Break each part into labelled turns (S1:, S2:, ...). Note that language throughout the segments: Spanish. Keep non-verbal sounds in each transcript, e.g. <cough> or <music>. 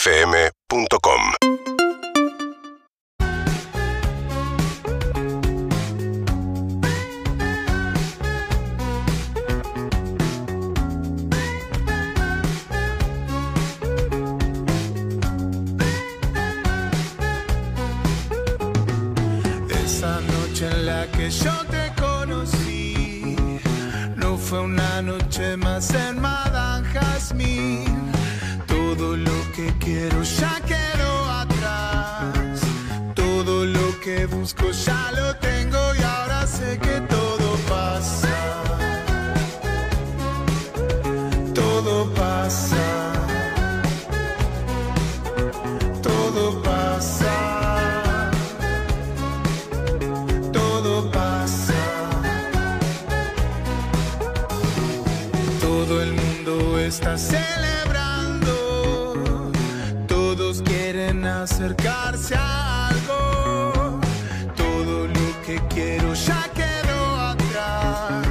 S1: UrbanaPlayFM.com
S2: Esa noche en la que yo te conocí no fue una noche más en Madame Jasmine. Todo lo que quiero ya quedó atrás. Todo lo que busco ya lo tengo y ahora sé que todo pasa. Todo pasa. Todo pasa. Todo pasa. Todo el mundo está celebrando. Todos quieren acercarse a algo. Todo lo que quiero ya quedó atrás.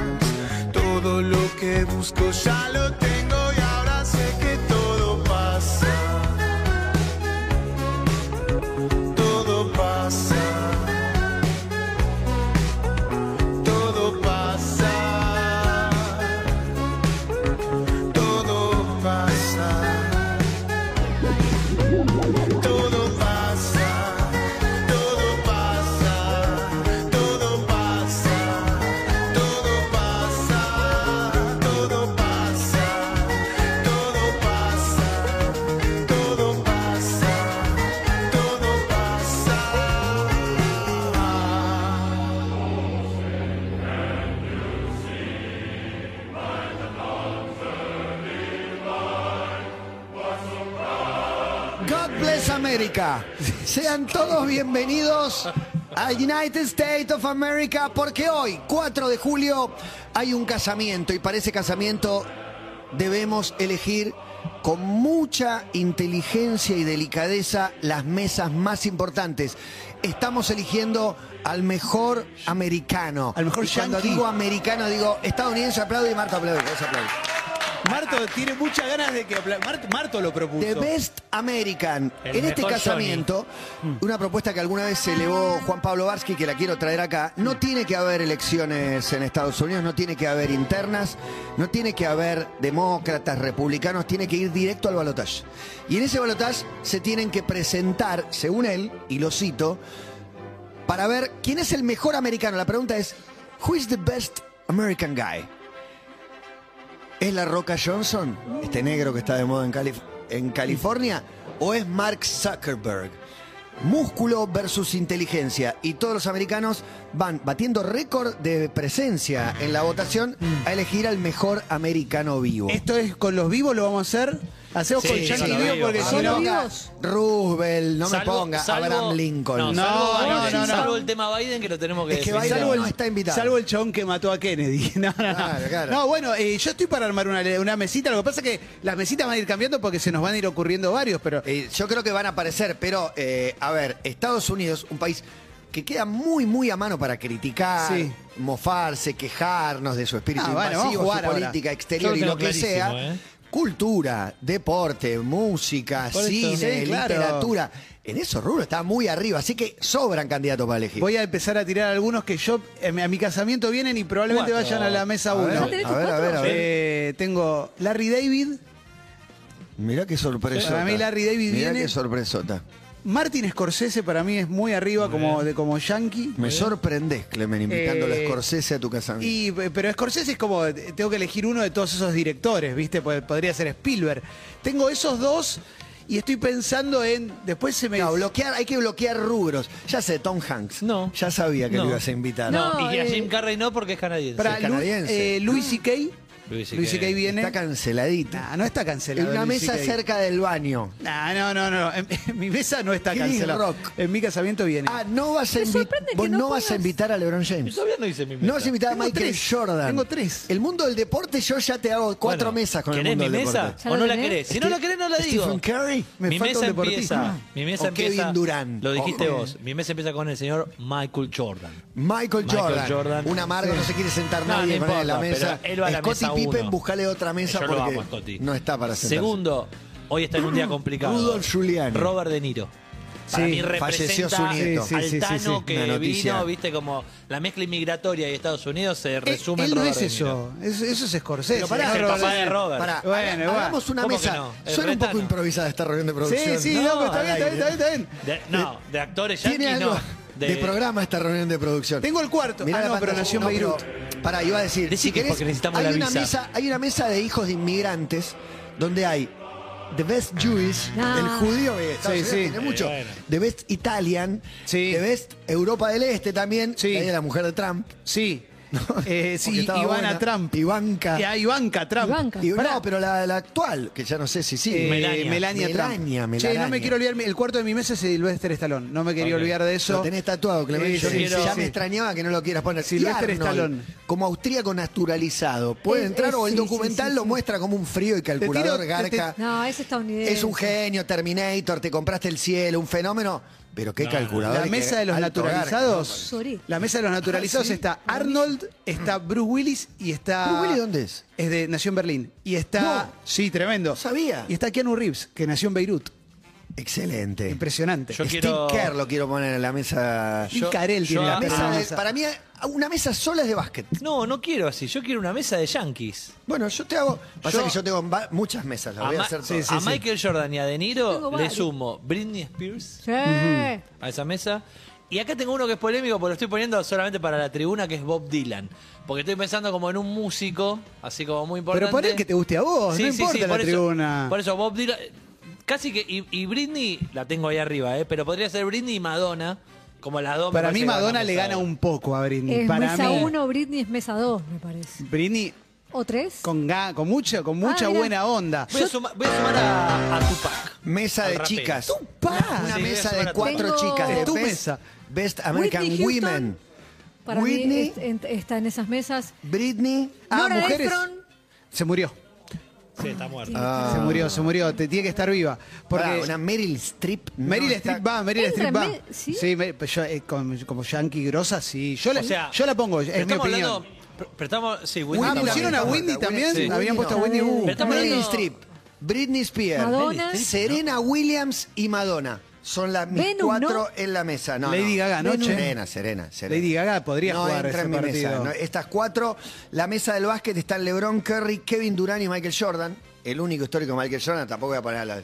S2: Todo lo que busco ya lo tengo y ahora sé que todo pasa. Todo pasa. Todo pasa, todo pasa, todo pasa, todo pasa, todo pasa, todo pasa, todo pasa, todo pasa, todo pasa, todo pasa.
S3: God bless America. Sean todos bienvenidos a United States of America porque hoy, 4 de julio, hay un casamiento y para ese casamiento debemos elegir con mucha inteligencia y delicadeza las mesas más importantes. Estamos eligiendo al mejor americano.
S4: Al mejor
S3: Y cuando
S4: yankee.
S3: digo americano, digo estadounidense, aplaude y Marta aplaude. vos aplaudís.
S4: Marto tiene muchas ganas de que apla- Mart- Marto lo propuso.
S3: The Best American.
S4: El
S3: en este
S4: mejor Mm.
S3: casamiento, una propuesta que alguna vez se elevó Juan Pablo Barsky, que la quiero traer acá, no tiene que haber elecciones en Estados Unidos, no tiene que haber internas, no tiene que haber demócratas, republicanos, tiene que ir directo al balotaje. Y en ese balotaje se tienen que presentar, según él, y lo cito, para ver quién es el mejor americano. La pregunta es, who is the best American guy? ¿Es la Roca Johnson, este negro que está de moda en, Calif- en California? ¿O es Mark Zuckerberg? Músculo versus inteligencia. Y todos los americanos van batiendo récord de presencia en la votación a elegir al mejor americano vivo.
S4: Esto es con los vivos lo vamos a hacer. Hacemos
S5: Sí,
S4: con Yankee
S5: solo
S4: vivo
S5: vivo,
S4: porque
S5: con
S4: si no.
S5: solo
S4: No,
S3: Ponga Roosevelt, no
S5: Salvo-
S3: me ponga
S5: salvo-
S3: Abraham Lincoln.
S5: No,
S4: No,
S5: salvo,
S4: no,
S5: Biden,
S4: no, no.
S5: salvo el tema Biden que lo tenemos que
S3: Es que
S5: decir.
S3: Biden
S5: Salvo-
S3: no está invitado.
S4: Salvo el chabón que mató a Kennedy. <laughs> No, no, no.
S3: Claro, claro.
S4: No, bueno, eh, yo estoy para armar una, una mesita. Lo que pasa es que las mesitas van a ir cambiando porque se nos van a ir ocurriendo varios, pero.
S3: Eh, yo creo que van a aparecer, pero eh, a ver, Estados Unidos, un país que queda muy, muy a mano para criticar,
S4: Sí.
S3: mofarse, quejarnos de su espíritu
S4: Ah, bueno, vamos a
S3: invasivo,
S4: jugar
S3: su
S4: ahora.
S3: política exterior
S5: Yo lo
S3: y lo que
S5: tengo clarísimo,
S3: sea.
S5: ¿eh?
S3: Cultura, deporte, música,
S5: Por eso.
S3: cine,
S4: Sí, claro.
S3: literatura. En esos rubros está muy arriba, así que sobran candidatos para elegir.
S4: Voy a empezar a tirar algunos que yo. eh, a mi casamiento vienen y probablemente
S5: Cuatro.
S4: vayan a la mesa
S3: a ver,
S4: uno.
S3: a ver, a ver, a ver.
S4: Eh, tengo Larry David,
S3: Mirá qué sorpresota.
S4: Para mí Larry David
S3: Mirá
S4: viene-
S3: qué sorpresota.
S4: Martin Scorsese para mí es muy arriba como, de, como Yankee.
S3: Me sorprendés, Clemen, invitando a
S4: Eh,
S3: la Scorsese a tu casamiento.
S4: Y, pero Scorsese es como, eh, tengo que elegir uno de todos esos directores, ¿viste? Pod- Podría ser Spielberg. Tengo esos dos y estoy pensando en, después se me...
S3: No, bloquear, hay que bloquear rubros. Ya sé, Tom Hanks.
S5: Pues- No.
S3: Ya sabía que
S5: No.
S3: lo ibas a invitar.
S5: No,
S4: No,
S5: y a
S4: eh,
S5: Jim Carrey no porque es canadiense.
S4: Pará,
S3: el
S4: Lu-
S3: canadiense.
S4: eh, Louis C.K.
S5: Louis
S4: Louis
S5: C.K.
S4: C.K. viene...
S3: Está canceladita.
S4: Nah, no está
S3: Ah, en
S4: cancelado.
S3: una
S4: Louis
S3: mesa
S4: CK.
S3: cerca del baño.
S4: Nah, no, no, no. En, en mi mesa no está
S3: Chris
S4: cancelado.
S3: Rock.
S4: En mi casamiento viene.
S3: Ah, no vas a invitar.
S6: sorprende que
S3: Vos no,
S6: no
S3: vas a
S6: pongas-
S3: invitar a LeBron
S5: Yo
S3: James.
S5: todavía no hice mi meta.
S3: No vas a invitar
S4: Tengo
S3: a Michael
S4: tres.
S3: Jordan.
S4: Tengo tres.
S3: El mundo del deporte, yo ya te hago cuatro
S5: Bueno,
S3: mesas con el
S5: ¿querés
S3: mundo
S5: mi
S3: del
S5: mesa?
S3: deporte.
S6: ¿Ya
S5: ¿O
S6: lo
S5: no la
S6: tenés?
S5: querés? Si no la querés, no la digo.
S3: Stephen Curry.
S4: Me
S5: mi
S4: falta
S5: mesa
S4: un deportista.
S5: empieza. Mi mesa
S3: O
S5: empieza.
S3: Kevin Durant.
S5: Lo dijiste
S3: Ojo.
S5: vos. Mi mesa empieza con el señor Michael Jordan.
S3: Michael
S5: Michael
S3: Jordan.
S5: Jordan.
S3: Un amargo, no se quiere sentar
S5: No,
S3: nadie
S5: no
S3: con él en la
S5: importa,
S3: mesa.
S5: pero él va a la
S3: Scottie
S5: mesa
S3: Pippen,
S5: uno.
S3: buscale otra mesa
S5: Yo lo
S3: porque
S5: amo a Scotty.
S3: no está para sentarse.
S5: Segundo, Hoy está en un día complicado.
S3: Rudolf Giuliani.
S5: Robert De Niro. Para
S4: Sí,
S5: mí
S3: falleció
S5: representa
S3: su nieto.
S5: al
S4: Sí, sí, sí,
S5: Tano
S4: sí,
S3: una
S5: que
S3: noticia. Eh,
S5: vino, viste, como la mezcla inmigratoria y Estados Unidos se resume
S4: Él
S5: en
S4: no
S5: Robert
S4: es
S5: De Niro.
S4: eso. es- eso es Scorsese.
S5: Pero pará,
S4: Es
S5: es el
S4: Robert
S5: papá
S4: De
S5: de
S4: Niro.
S5: Robert.
S3: Pará,
S4: Bueno,
S3: haga-
S4: bueno.
S3: hagamos una
S5: ¿Cómo
S3: mesa.
S5: que no? El
S3: Suena un poco
S5: retano.
S3: improvisada esta reunión de producción.
S4: Sí, sí,
S5: No,
S4: loco, está
S5: al
S4: bien, está bien,
S5: aire.
S4: está bien, está bien.
S5: De- no, de actores
S3: Eh, Tiene
S5: yanquis
S3: algo
S5: no.
S3: de... programa esta reunión de producción.
S4: Tengo el cuarto.
S3: Mirá
S4: Ah,
S3: la
S4: no, pero
S3: pantalla.
S4: nació en
S3: No, pero-
S4: Beirut.
S3: Pará, iba a decir,
S5: Decí
S3: si
S5: que
S3: querés,
S5: porque necesitamos
S3: hay
S5: la
S3: una
S5: visa.
S3: mesa, hay una mesa de hijos de inmigrantes donde hay The Best Jewish,
S6: Ah.
S3: el judío eh, Estados
S4: Sí,
S3: Unidos
S4: sí.
S3: tiene mucho.
S5: Eh, bueno.
S3: The Best Italian,
S4: Sí.
S3: The Best Europa del Este también,
S4: Sí.
S3: ahí de la mujer de Trump.
S4: Sí. Eh,
S3: <laughs>
S4: sí,
S3: Porque estaba
S4: Ivana
S3: buena.
S4: Trump.
S3: Ivanka.
S4: Y a Ivanka Trump.
S6: Ivanka.
S3: Y-
S4: Pará.
S3: no, pero la, la actual, que ya no sé si sí.
S4: Eh,
S5: Melania.
S4: Melania Trump.
S3: Melania,
S4: Che, no
S3: Melaraña.
S4: me quiero olvidar, el cuarto de mi mesa es Silvestre Stallone. No me quería
S5: Ok.
S4: olvidar de eso.
S3: Lo tenés tatuado, Clemente.
S4: Sí,
S3: Yo
S5: sí,
S3: que-
S5: sí,
S3: ya
S5: sí.
S3: me extrañaba que no lo quieras poner.
S4: Silvestre
S3: Y Arnold,
S4: Stallone.
S3: Como austríaco naturalizado. Puede
S6: Eh,
S3: entrar
S6: eh,
S3: o el
S6: sí,
S3: documental
S6: sí, sí,
S3: lo
S6: sí.
S3: muestra como un frío y calculador,
S4: te-
S3: garca.
S6: No, es estadounidense.
S3: Es un genio, Terminator, te compraste el cielo, un fenómeno. Pero qué calculador.
S4: La
S3: y
S4: mesa
S3: qué
S4: de los
S3: alto garca.
S4: naturalizados.
S6: Sorry.
S4: La mesa de los naturalizados
S3: Ah, sí.
S4: está Arnold, está Bruce Willis y está.
S3: ¿Bruce Willis dónde es?
S4: Es de Nació en Berlín. Y está.
S3: No.
S4: Sí, tremendo.
S3: No sabía.
S4: Y está Keanu Reeves, que nació en Beirut.
S3: Excelente.
S4: Impresionante.
S5: Yo
S3: Steve
S5: quiero-
S3: Kerr lo quiero poner en la mesa.
S4: y
S5: yo-
S4: Carell
S5: yo
S4: tiene la
S5: a-
S4: mesa
S3: mesa
S5: Ah,
S3: de-
S4: esa.
S3: para mí, una mesa sola es de básquet.
S5: No, no quiero así. Yo quiero una mesa de yanquis.
S3: Bueno, yo te hago. Pasa
S5: Yo-
S3: que yo tengo ba- muchas mesas, las
S5: A,
S3: voy a
S5: Ma-
S3: hacer
S5: a
S3: todas.
S5: Michael Jordan y a De
S6: Tengo
S5: Niro le
S6: varios.
S5: sumo Britney Spears
S6: Sí.
S5: a esa mesa. Y acá tengo uno que es polémico, porque lo estoy poniendo solamente para la tribuna, que es Bob Dylan. Porque estoy pensando como en un músico, así como muy importante.
S4: Pero poné el que te guste a vos, no importa la
S5: por eso-
S4: tribuna.
S5: por eso Bob Dylan. Casi que. Y, y Britney, la tengo ahí arriba, ¿eh? Pero podría ser Britney y Madonna, como las dos. me
S4: Para mí,
S5: parece que van a
S4: Madonna le
S5: mesa
S4: gana
S5: ahora.
S4: un poco a Britney.
S6: Es
S4: Para
S6: mesa
S4: mí.
S6: 1, Britney es mesa 2, me parece.
S4: Britney,
S6: ¿O 3?
S4: con, ga- con mucha, con mucha
S6: Ah, mirá.
S4: buena onda.
S5: Voy a, suma- voy a sumar a, a Tupac.
S3: Mesa
S5: Al
S3: de
S5: rapero.
S3: chicas.
S4: ¡Tupac!
S3: Una
S5: Sí,
S3: mesa
S5: eso
S3: de
S5: era
S3: cuatro
S6: Tengo-
S3: chicas.
S4: Es
S3: de
S4: tu
S3: best,
S4: mesa.
S3: Best American
S6: Whitney Houston.
S3: Women.
S6: Para
S3: Whitney,
S6: mí es- en- está en esas mesas.
S3: Britney.
S4: Ah,
S6: Nora
S4: mujeres.
S6: Ephron.
S4: Se murió.
S5: Sí, está muerto.
S3: Ah.
S4: Se murió, se murió. Te tiene que estar viva. Porque
S3: pará, una Meryl Streep. no
S4: Meryl
S3: está-
S4: Streep va, Meryl
S6: ¿Es
S4: Streep va.
S6: remé- sí?
S4: me- pero yo, eh, con- como yankee grosa, sí. Yo la,
S5: O sea,
S4: yo la pongo, es mi
S5: estamos
S4: opinión.
S5: hablando. Pero pero estamos. Sí,
S4: Ah,
S5: Whitney
S4: ¿pusieron a
S5: también.
S4: Whitney también?
S5: Sí.
S4: Habían puesto a Whitney. uh.
S5: Pero estamos
S3: Meryl
S5: hablando-
S3: Streep, Britney Spears,
S6: Madonna.
S3: Serena Williams y Madonna. Son las mis
S6: Venom,
S3: cuatro
S6: ¿no?
S3: en la mesa. No,
S4: Lady
S3: no.
S4: Gaga, ¿no, che?
S3: Serena, Serena, Serena.
S4: Lady Gaga podría
S3: no
S4: jugar
S3: entra
S4: ese
S3: en mi
S4: partido.
S3: mesa. no. Estas cuatro, la mesa del básquet están LeBron, Curry, Kevin Durant y Michael Jordan. El único histórico de Michael Jordan. Tampoco voy a poner a la-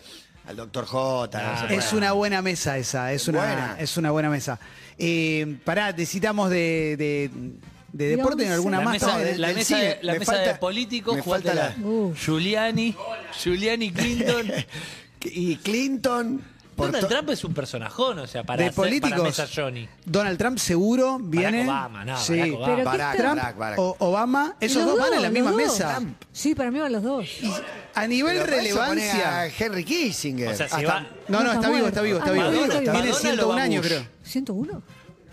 S3: al Dr. J. no se
S4: Ah, Es
S3: puede.
S4: una buena mesa esa, es una
S3: Buena.
S4: buena, es una buena mesa. Eh, pará, necesitamos de, de- de
S6: Digamos,
S4: deporte en alguna
S5: La
S4: más.
S5: mesa, de, la
S3: del
S5: mesa,
S3: cine.
S5: de, la
S3: Me
S5: mesa de
S3: falta-
S5: políticos,
S3: me falta
S5: jugátela.
S3: la-
S6: Uh.
S5: Giuliani, Giuliani Clinton.
S3: Y Clinton. <laughs> por
S5: Donald
S3: to-
S5: Trump es un personajón, o sea, para,
S4: de
S5: hacer- para
S4: políticos.
S5: mesa Johnny.
S4: Donald Trump seguro viene.
S5: Obama, no,
S4: sí.
S5: Barack Obama.
S6: Pero ¿qué
S3: Barack,
S6: Trump?
S3: Barack, Barack.
S4: O- Obama, esos
S6: Los
S4: dos van a la
S6: los
S4: misma
S6: dos.
S4: mesa.
S6: Sí, para mí van los dos.
S4: Y a nivel
S3: Pero para eso
S4: relevancia.
S3: ponés a Henry Kissinger.
S5: O sea, si
S3: Hasta
S5: va-
S4: No, no, está vivo, está vivo, está
S6: Ah,
S4: vivo.
S6: Madonna, está
S4: Tiene
S5: vivo.
S4: 101 años,
S5: Madonna lo
S4: creo.
S5: va
S6: ¿101?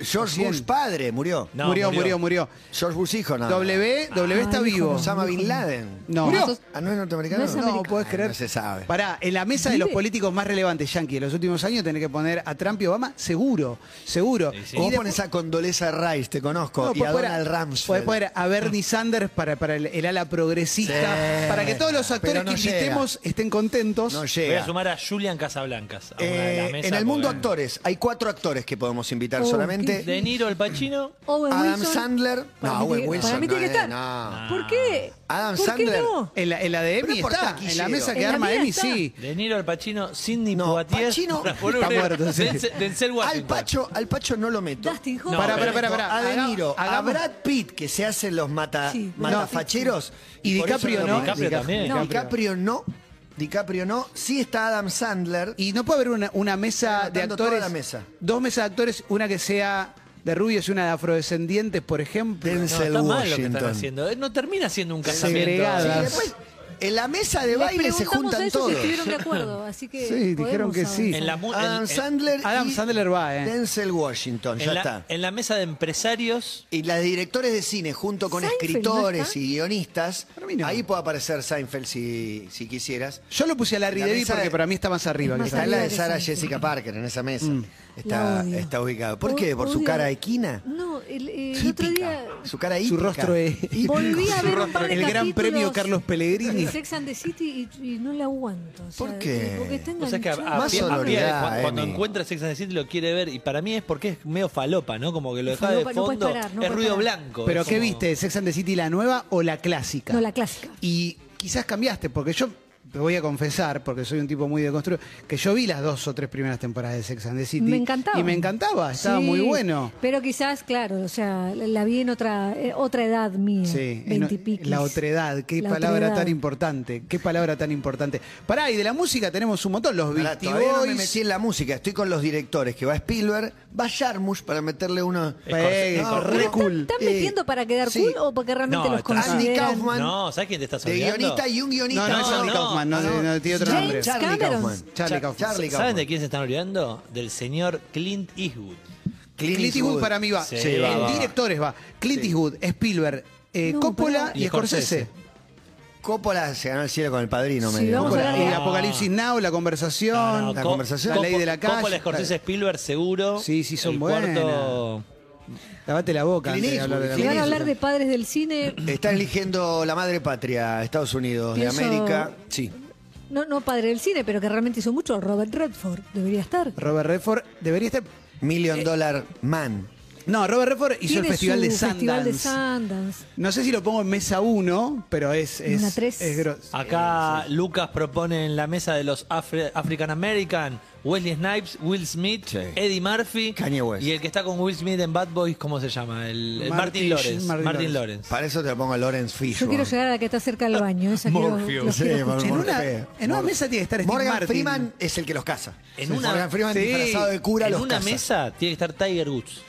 S3: George Bush
S4: Recién.
S3: padre murió.
S5: No,
S4: murió, murió,
S5: murió.
S4: murió.
S3: George Bush hijo, nada.
S4: W, W está
S6: Ay,
S4: vivo.
S3: Osama Bin Laden.
S4: No.
S6: Murió.
S3: Ah, no es norteamericano.
S6: No es
S4: No,
S6: americano.
S4: puedes
S3: Ay,
S4: creer.
S3: no se sabe.
S4: Pará, en la mesa de los
S6: Vive.
S4: políticos más relevantes yankees de los últimos años, tenés que poner a Trump y Obama, seguro, seguro.
S5: Sí, sí.
S4: Y
S3: ¿Cómo
S4: después-
S3: pones a Condoleza Rice? Te conozco.
S4: No, pues
S3: y a
S4: podés poner
S3: Donald
S4: podés
S3: Rumsfeld.
S4: poner a Bernie Sanders para, para el, el ala progresista,
S3: Sí,
S4: para que todos los actores
S3: pero no
S4: que
S3: llega.
S4: invitemos estén contentos.
S3: No
S5: Voy a
S3: llega.
S5: sumar a Julian Casablancas. a una de
S3: Eh,
S5: la mesa,
S3: en el mundo
S5: porque-
S3: actores, hay cuatro actores que podemos invitar
S6: Oh,
S3: solamente.
S5: De Niro, el Pachino.
S6: Owen
S3: Adam
S6: Wilson.
S3: Sandler.
S6: Para
S3: No,
S6: mí
S3: Owen
S6: tiene-
S3: Wilson
S6: Para mí
S3: no
S6: tiene que
S3: es,
S6: estar.
S3: no.
S6: ¿Por qué?
S3: Adam
S6: ¿Por qué
S3: Sandler.
S6: no?
S4: En, la, en la de
S3: Pero
S4: Emi
S3: por
S4: está,
S3: taquillero.
S4: en la mesa que
S6: En la
S4: arma
S6: mía
S4: Emi
S6: está.
S4: sí.
S5: De Niro, el Pachino, Sidney
S3: No,
S5: Poitier. <laughs>
S3: Pacino-
S5: Rafael
S4: Está muerto, sí.
S5: Denzel- Denzel
S3: Al
S5: Washington.
S3: Pacho, al Pacho no lo meto.
S6: Dustin
S5: No,
S6: Hoffman.
S4: Pará, pará, pará, pará.
S3: A De
S4: Haga-
S3: Niro, a
S4: hagamos-
S3: Brad Pitt, que se hacen los mata,
S6: Sí, bueno,
S3: matafacheros.
S4: Y
S3: por eso
S4: DiCaprio
S3: lo
S4: no.
S3: meto.
S5: DiCaprio también.
S6: No.
S3: DiCaprio no. DiCaprio no. Sí está Adam Sandler.
S4: Y no puede haber una, una mesa
S3: Estoy
S4: de
S3: anotando
S4: actores.
S3: toda la mesa.
S4: Dos mesas de actores, una que sea de rubios y una de afrodescendientes, por ejemplo.
S5: No,
S3: Denzel
S5: está mal lo que están
S3: Washington.
S5: haciendo. Eh, No termina siendo un casamiento.
S3: Sí,
S4: Segregadas.
S3: después, en la mesa de
S6: Les
S3: baile se
S6: preguntamos a
S3: juntan
S6: ellos
S3: todos.
S6: Si estuvieron
S3: <laughs>
S6: de acuerdo, así que.
S4: Sí, dijeron
S6: podemos
S4: que sí.
S5: En la, mu- en-
S3: Adam
S5: en-
S3: Sandler
S4: Adam
S3: y
S4: Sandler va, eh.
S3: Denzel Washington,
S5: en
S3: ya
S5: la-
S3: está.
S5: en la mesa de empresarios.
S3: Y las directores de cine, junto con
S6: Seinfeld, ¿no
S3: escritores
S6: está?
S3: y guionistas,
S4: Para mí no.
S3: ahí puede aparecer Seinfeld si, si quisieras.
S4: Yo lo puse a Larry
S3: La
S4: David
S3: mesa
S4: porque
S3: de-
S4: para mí está más arriba.
S6: Es
S4: que
S6: más
S3: Está
S4: esa.
S3: la de
S6: Sandler,
S3: Sara
S6: Seinfeld.
S3: Jessica Parker en esa mesa.
S4: Mm.
S6: La
S3: Está,
S6: odio.
S3: está ubicado. ¿Por
S6: O-
S3: qué? ¿Por su
S6: odio-
S3: cara equina?
S6: No, el, eh, el otro
S3: Típica.
S6: día.
S3: Su cara
S4: Su
S3: hípica.
S4: rostro es.
S6: Volví a ver un par de
S4: El gran
S6: capítulos.
S4: premio Carlos Pellegrini.
S6: Sex and the City y, y no la aguanto. o sea,
S3: ¿Por qué?
S6: Porque está
S5: O sea, es que a, a-
S6: enganchada.
S3: Más
S5: pie- a pie-
S3: sonoridad,
S5: cuando, cuando
S3: Emi.
S5: encuentra Sex and the City lo quiere ver y para mí es porque es medio falopa, ¿no? Como que lo deja de
S6: Falopa, no
S5: fondo.
S6: puedes parar, no
S5: es
S6: puedes
S5: ruido
S6: parar.
S5: blanco.
S4: ¿Pero
S5: es
S4: qué
S5: como-
S4: viste? ¿Sex and the City la nueva o la clásica?
S6: No, la clásica.
S4: Y quizás cambiaste, porque yo te voy a confesar, porque soy un tipo muy deconstruido, que yo vi las dos o tres primeras temporadas de Sex and the City.
S6: Me encantaba.
S4: Y me encantaba, estaba
S6: Sí,
S4: muy bueno.
S6: Pero quizás, claro, o sea, la- la vi en otra, eh, otra edad mía.
S4: Sí,
S6: Sí,
S4: en- la otredad, qué palabra tan importante, qué palabra tan importante. Pará, y de la música tenemos un montón, los
S3: Pará,
S4: Beastie
S3: todavía no me
S4: Boys.
S3: metí en la música, estoy con los directores, que va Spielberg, va Jarmusch para meterle uno...
S4: Eh,
S5: Es cor-
S4: re
S3: pero-
S4: cool.
S6: ¿Están
S3: Eh,
S6: metiendo para quedar
S3: sí.
S6: cool o porque realmente
S5: No,
S6: los
S5: está- Andy
S6: consideran?
S3: Kaufman.
S5: No, ¿sabes quién te está
S3: De
S5: soñando?
S3: guionista y un guionista.
S4: No, no, es
S5: No,
S4: Andy
S5: no,
S4: Kaufman, no,
S3: no.
S4: no, tiene otro
S6: James
S4: nombre.
S6: Charlie
S3: Charlie
S6: Cameron.
S3: Kaufman.
S4: Charlie Kaufman.
S3: Charlie
S5: ¿Saben de
S3: Kaufman.
S5: quién se están olvidando? Del señor Clint Eastwood.
S4: Clint, Eastwood para mí va.
S5: Sí,
S4: en
S5: va, va.
S4: directores va. Clint Eastwood, Spielberg, eh,
S6: No,
S4: Coppola
S6: pará.
S4: y
S5: Y
S4: Scorsese.
S5: Scorsese.
S3: Coppola se ganó el cielo con el padrino.
S6: Sí,
S3: medio.
S6: vamos a
S4: Coppola.
S6: hablar
S4: Y
S6: de-
S4: Apocalipsis Now, La Conversación.
S5: Ah, No, no,
S3: la
S5: Co-
S3: conversación.
S5: Coppo-
S4: La ley de la calle.
S5: Coppola, Scorsese, Spielberg, seguro.
S4: Sí, sí, son
S5: El
S4: buenas.
S5: cuarto-
S4: Lavate la boca.
S3: Clint
S4: antes de hablar de la
S6: Si
S3: Eastwood,
S6: van a
S3: Clint
S6: hablar de padres del cine,
S3: Está eligiendo la madre patria, Estados Unidos, de
S6: Pienso-
S3: América. Sí.
S6: no, no padre del cine, pero que realmente hizo mucho, Robert Redford debería estar.
S4: Robert Redford debería estar.
S3: Million
S4: Eh.
S3: Dollar Man.
S4: No, Robert Redford hizo el
S6: Tiene
S4: Festival
S6: su
S4: de
S6: Festival de
S4: Sundance.
S6: Sundance.
S4: No sé si lo pongo en mesa 1, pero es. es
S6: Una tres.
S4: es grosso.
S5: Acá Lucas propone en la mesa de los Afri- African American Wesley Snipes, Will Smith,
S3: Sí.
S5: Eddie Murphy
S3: Kanye West.
S5: y el que está con Will Smith en Bad Boys, ¿cómo se llama? El, el
S4: Martin-
S5: Martin, Lawrence.
S4: Martin
S5: Martin,
S4: Lawrence.
S5: Lawrence.
S3: Para eso te lo pongo a Lawrence Fishburne.
S6: Yo quiero llegar a la que está cerca del baño. Esa quiero,
S5: Morpheus.
S6: los quiero
S3: Sí,
S6: escuchar.
S4: En una,
S3: Morgan
S4: en una
S3: Freeman.
S4: mesa tiene que estar Steve
S3: Morgan
S4: Martin.
S3: Freeman es el que los casa.
S5: En
S3: Sí,
S5: una-
S3: Morgan Freeman
S4: sí.
S3: disfrazado de cura
S5: en
S3: los
S5: una
S3: casa.
S5: mesa tiene que estar Tiger Woods.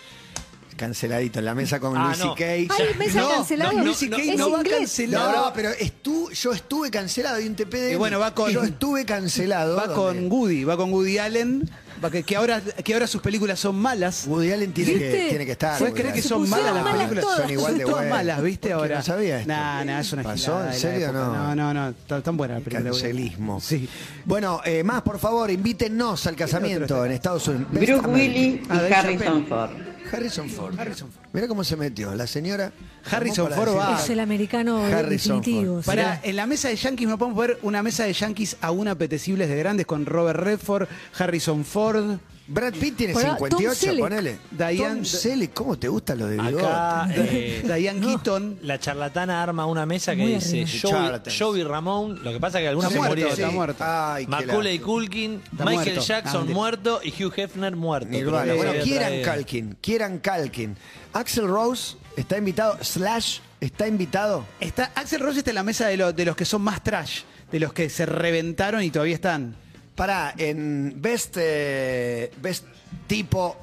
S3: Canceladito, en la mesa con
S5: Ah,
S3: Luis
S5: no.
S3: C.K.
S6: Ay, mesa
S4: No,
S6: cancelada.
S4: no,
S5: no,
S6: es
S5: no,
S6: inglés.
S4: no va a cancelar.
S3: No, no, pero estu- yo estuve cancelado y un TP de.
S4: Y bueno, va con-
S3: Yo estuve cancelado.
S4: Va
S3: donde
S4: con Woody, va con Woody Allen, va que, que ahora, que ahora sus películas son malas.
S3: Woody Allen tiene que,
S6: ¿Viste?
S3: tiene que estar.
S4: ¿Puedes
S3: Woody
S4: creer que
S3: Allen.
S4: son
S6: pusieron
S4: malas las
S6: malas
S4: películas?
S6: todas.
S3: Son igual de
S4: todas
S3: buenas.
S4: malas, ¿viste
S3: ¿Por qué
S4: ahora?
S3: No sabía esto?
S4: Nah, nah, es una
S3: ¿Pasó?
S4: gilada
S3: ¿En
S4: de la
S3: serio o
S4: época.
S3: no?
S4: No, no, no, tan buena la película. güey.
S3: Cancelismo.
S4: Sí.
S3: Bueno, eh, más por favor, invítennos al casamiento en Estados Unidos.
S7: Bruce Willis
S4: Ah, de
S7: y Harrison
S4: Chappelle.
S7: Ford.
S3: Harrison Ford.
S4: Harrison Ford.
S3: Mira cómo se metió. La señora.
S4: Harrison
S3: llamó para
S4: Ford va.
S3: decir-
S6: Es el americano
S3: Harrison
S6: definitivo.
S3: Ford.
S6: sí.
S4: Para, en la mesa de Yankees no podemos ver una mesa de Yankees aún apetecibles de grandes con Robert Redford, Harrison Ford.
S3: Brad Pitt tiene
S6: Pará,
S3: 58,
S6: Tom Selleck.
S3: ponele.
S4: Diane-
S3: Tom Selleck, ¿cómo te gustan los de bigote?
S4: <laughs>
S5: Acá eh,
S4: Diane Keaton.
S5: la charlatana arma una mesa que
S6: Muy
S5: dice
S6: arriba.
S5: Joey,
S3: Charlatans.
S5: Joey Ramón. Lo que pasa es que
S4: Está
S5: algunos se
S4: muerto,
S5: murieron.
S4: está muerto.
S3: Ay, qué
S5: Macaulay
S3: lástima.
S5: Culkin,
S4: Está
S5: Michael
S4: muerto.
S5: Jackson
S4: Grande.
S5: muerto y Hugh Hefner muerto.
S3: Nirvana.
S5: Pero
S3: Bueno,
S5: eh,
S3: quieran
S5: trae-
S3: Calkin, quieran Calkin. Axel Rose está invitado, Slash está invitado.
S4: Está, Axel Rose está en la mesa de, lo- de los que son más trash, de los que se reventaron y todavía están.
S3: Pará, en Best, eh, best Tipo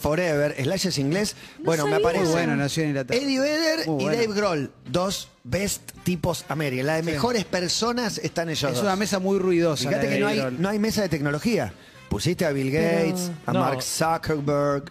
S3: Forever, Slash es inglés.
S6: No
S3: bueno, me
S6: sabía.
S3: aparece.
S6: Muy
S4: bueno, nació en Inglaterra.
S3: Eddie Vedder
S4: Muy
S3: y
S4: bueno.
S3: Dave Grohl, dos Best Tipos América. La de mejores personas están ellos
S4: Es
S3: dos.
S4: una mesa muy ruidosa.
S3: Fíjate
S4: la
S3: que
S4: de
S3: no hay,
S4: Grohl.
S3: no hay mesa de tecnología. Pusiste a Bill
S6: Pero-
S3: Gates, a
S5: No.
S3: Mark Zuckerberg,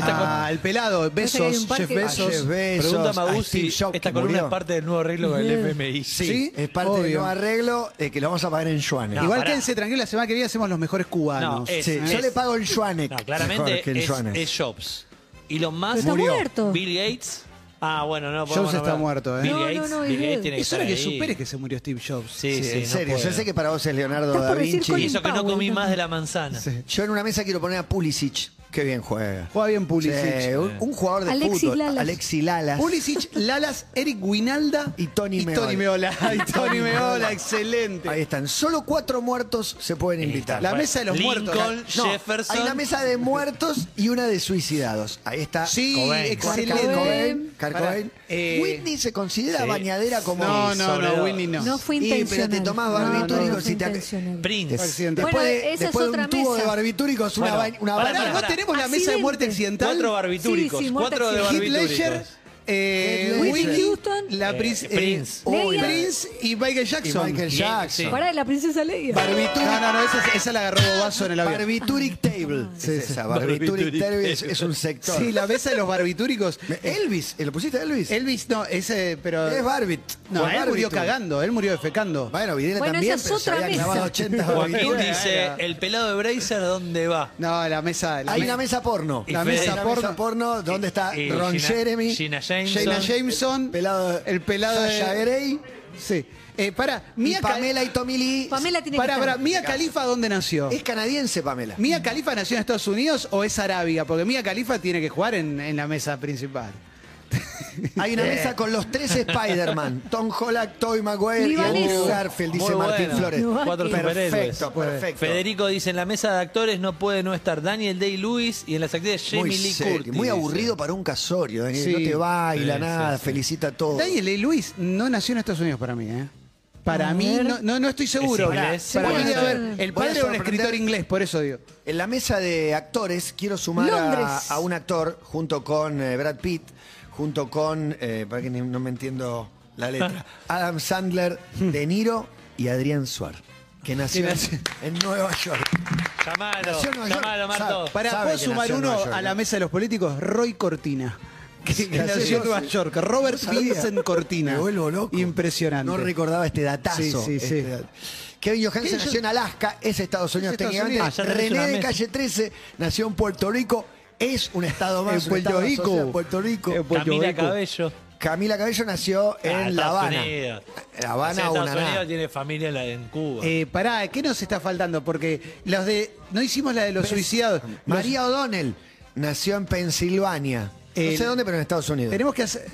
S4: Ah, el pelado,
S6: Parece que hay
S4: besos,
S6: un parque-
S4: Jeff Bezos.
S3: a Jeff Bezos,
S5: Pregunta a Magu
S3: Steve
S5: si
S3: Jobs,
S5: esta
S3: que
S5: columna
S3: murió.
S5: es parte del nuevo arreglo con el
S6: Bien.
S5: FMI.
S3: Sí, es parte
S4: obvio.
S3: del nuevo arreglo eh, que lo vamos a pagar en Schwanek.
S5: No,
S4: Igual
S5: pará.
S4: quédense tranquilos, la semana que viene hacemos los mejores cubanos.
S5: No, es-
S3: Sí,
S5: ¿eh?
S3: yo le pago en Schwanek. mejor
S5: No,
S3: que en
S5: claramente es,
S3: Schwanek.
S5: es Jobs. Y los
S6: Pero
S5: más
S6: está muerto.
S5: Bill Gates. Ah, bueno, no lo podemos
S4: Jobs está
S5: nombrar.
S4: muerto, ¿eh?
S5: Bill
S6: No, no,
S5: Gates,
S6: no,
S5: Bill
S6: es
S5: Gates
S6: él.
S5: tiene que
S4: Es hora
S5: estar
S4: que
S5: ahí.
S4: superes que se murió Steve Jobs.
S5: Sí, sí,
S3: Sí, en
S5: no
S3: serio, yo
S5: puedo.
S3: sé que para vos es Leonardo
S6: Estás
S3: da
S6: por decir
S3: Vinci.
S5: Y
S6: Colin
S5: eso que no
S6: Powell
S5: comí
S6: también.
S5: más de la manzana.
S3: Yo en una mesa quiero poner a Pulisic. Qué bien juega.
S4: Juega bien Pulisic.
S3: Sí, un, un jugador de
S6: Alexis
S3: fútbol.
S6: Lalas.
S3: Alexis Lalas.
S4: Pulisic, Lalas, Eric Guinalda
S3: Y Tony
S4: y Tony
S3: Meola. <laughs>
S4: Meola. Y Tony Meola, excelente.
S3: Ahí están. Solo cuatro muertos se pueden invitar.
S4: La mesa de los
S5: Lincoln,
S4: muertos.
S3: No,
S5: Jefferson.
S3: Hay una mesa de muertos y una de suicidados. Ahí está.
S4: Sí,
S5: Cobain.
S4: excelente.
S3: Carcobain.
S4: Pará, eh,
S3: Whitney se considera
S5: sí.
S3: bañadera como.
S4: No, no,
S5: sobre
S4: no,
S5: dos.
S4: Winnie no.
S6: No fue
S3: Y, pero te
S6: intencional.
S3: tomás
S6: No,
S3: barbitúricos
S6: no, no fue
S3: y te-
S6: intencional.
S5: Prince.
S4: Accidente.
S3: Después,
S6: Bueno,
S3: de,
S6: esa es
S3: después de un
S6: otra
S3: tubo de
S6: mesa.
S3: barbitúricos, una,
S5: Bueno,
S3: bañ- una
S5: pará,
S3: baña-
S4: Pará, ¿no
S5: Pará.
S4: tenemos la mesa de
S6: Accidente.
S4: muerte accidental?
S5: Cuatro barbitúricos.
S6: Sí, sí, muerte
S5: cuatro de
S4: Heath
S5: barbitúricos.
S4: Ledger, eh,
S3: Heath Ledger.
S4: Whitney
S6: Houston.
S4: la
S5: Eh,
S4: Prince, eh,
S5: Prince.
S4: uy,
S6: Leia.
S4: Prince y Michael
S3: y
S4: Jackson.
S3: Michael
S5: Sí.
S3: Jackson.
S6: Pará, la princesa Leia.
S3: Barbitúrico.
S4: No, no, no, esa, esa la agarró Bobazo en el avión.
S3: Barbituric Table.
S4: Sí,
S3: es
S4: sí.
S3: esa, Barbituric
S5: Barbituric
S3: Table es, es un sector.
S4: Sí, la mesa de los barbitúricos.
S3: Me- Elvis, ¿eh, ¿lo pusiste a Elvis?
S4: Elvis no, ese, pero...
S3: es Barbit.
S4: No, él murió
S3: Barbitur.
S4: cagando, él murió defecando.
S3: Bueno, Videla
S6: Bueno,
S3: también,
S6: esa es
S3: pero se
S6: otra
S3: había
S6: mesa.
S3: clavado
S5: <laughs>
S3: 80
S5: Joaquín
S3: barbitúricos.
S5: dice, el pelado de Bracer, ¿dónde va?
S4: No, la mesa... la
S3: Hay
S4: me-
S3: una mesa porno.
S5: Y
S4: La
S5: Fede-
S4: mesa
S3: Una
S4: porno.
S3: mesa porno donde está
S5: Y
S3: Ron
S5: Gina-
S3: Jeremy,
S5: Gina Jameson.
S4: Shayna Jameson.
S3: Pelado-
S4: el pelado
S3: Sasha
S4: de...
S3: Grey.
S4: Sí. Eh, pará,
S3: Y
S4: Mia Ca-
S3: Pamela y Tommy Lee.
S6: Pamela tiene
S4: pará,
S6: que
S4: pará,
S6: estar.
S4: Mia Khalifa, ¿dónde nació?
S3: Es canadiense, Pamela.
S4: ¿Mia Khalifa nació en Estados Unidos o es arábiga? Porque Mia Khalifa tiene que jugar en, en la mesa principal.
S3: Hay una mesa con los tres Spider-Man. Tom Holland, Tobey Maguire y
S6: Viva
S3: Andrew
S6: eso.
S3: Garfield,
S5: Muy
S3: dice Martín
S5: bueno.
S3: Flores.
S6: No,
S5: Cuatro
S6: Perfecto,
S5: superhéroes.
S3: Perfecto, perfecto.
S5: Federico dice, en la mesa de actores no puede no estar Daniel Day-Lewis y en las actrices Jamie
S3: Muy,
S5: Lee
S3: serio,
S5: Curtis.
S3: muy
S5: dice.
S3: aburrido para un casorio. ¿eh?
S4: Sí.
S3: No te baila
S5: Sí,
S3: nada,
S5: sí, sí.
S3: felicita a todos.
S4: Daniel Day Luis no nació en Estados Unidos para mí, ¿eh? Para
S6: A
S4: mí,
S6: ver.
S4: no, no, no estoy seguro.
S5: Es
S4: Para,
S5: inglés.
S4: para
S3: Voy
S4: mí,
S3: a-
S4: a ver, el
S3: voy a
S4: padre era un
S3: sorprender-
S4: escritor inglés, por eso digo.
S3: En la mesa de actores quiero sumar a,
S6: Londres.
S3: a un actor junto con eh, Brad Pitt, junto con, eh, para que ni- no me entiendo la
S4: <laughs>
S3: letra, Adam Sandler, De Niro y Adrián Suar, que nació
S4: Que
S3: en,
S4: nació-
S3: en Nueva York.
S4: <laughs>
S5: Llamalo,
S3: Nació en Nueva York,
S5: llamalo,
S3: sabe.
S5: Marto.
S4: Para
S3: Sabe
S4: ¿puedo
S3: que
S4: sumar
S3: nació en
S4: uno
S3: Nueva York,
S4: a la
S3: ¿no?
S4: mesa de los políticos, Roy Cortina. Que que
S3: Gracioso.
S4: nació en Nueva York, Robert
S3: No sabía.
S4: Vincent Cortina.
S3: Me vuelvo loco.
S4: Impresionante.
S3: No recordaba este datazo.
S4: Sí, sí, sí.
S3: Este dat- Kevin Johansen
S4: Kevin Jo-
S3: nació en Alaska, es Estados Unidos
S4: Es Estados
S3: técnicamente.
S4: Unidos.
S5: Ah, ya tenés
S3: René
S5: una
S3: de
S5: mesa.
S3: Calle 13 nació en Puerto Rico, es un estado más.
S4: En
S3: un
S4: Puerto
S3: estado
S4: Rico.
S3: asociado a Puerto Rico.
S4: En Puerto
S5: Camila
S4: Rico.
S5: Cabello.
S3: Camila Cabello nació en
S5: Ah,
S3: La
S5: Estados
S3: Habana.
S5: Unidos.
S3: La
S5: Sí,
S3: Habana o
S5: Estados
S3: Naná.
S5: Unidos tiene familia en, la- en Cuba.
S4: Eh, pará, ¿qué nos está faltando? Porque los de. No hicimos la de los suicidados. Los-
S3: María O'Donnell nació en Pensilvania.
S4: El-
S3: no sé dónde, pero en Estados Unidos.
S4: Tenemos que hacer.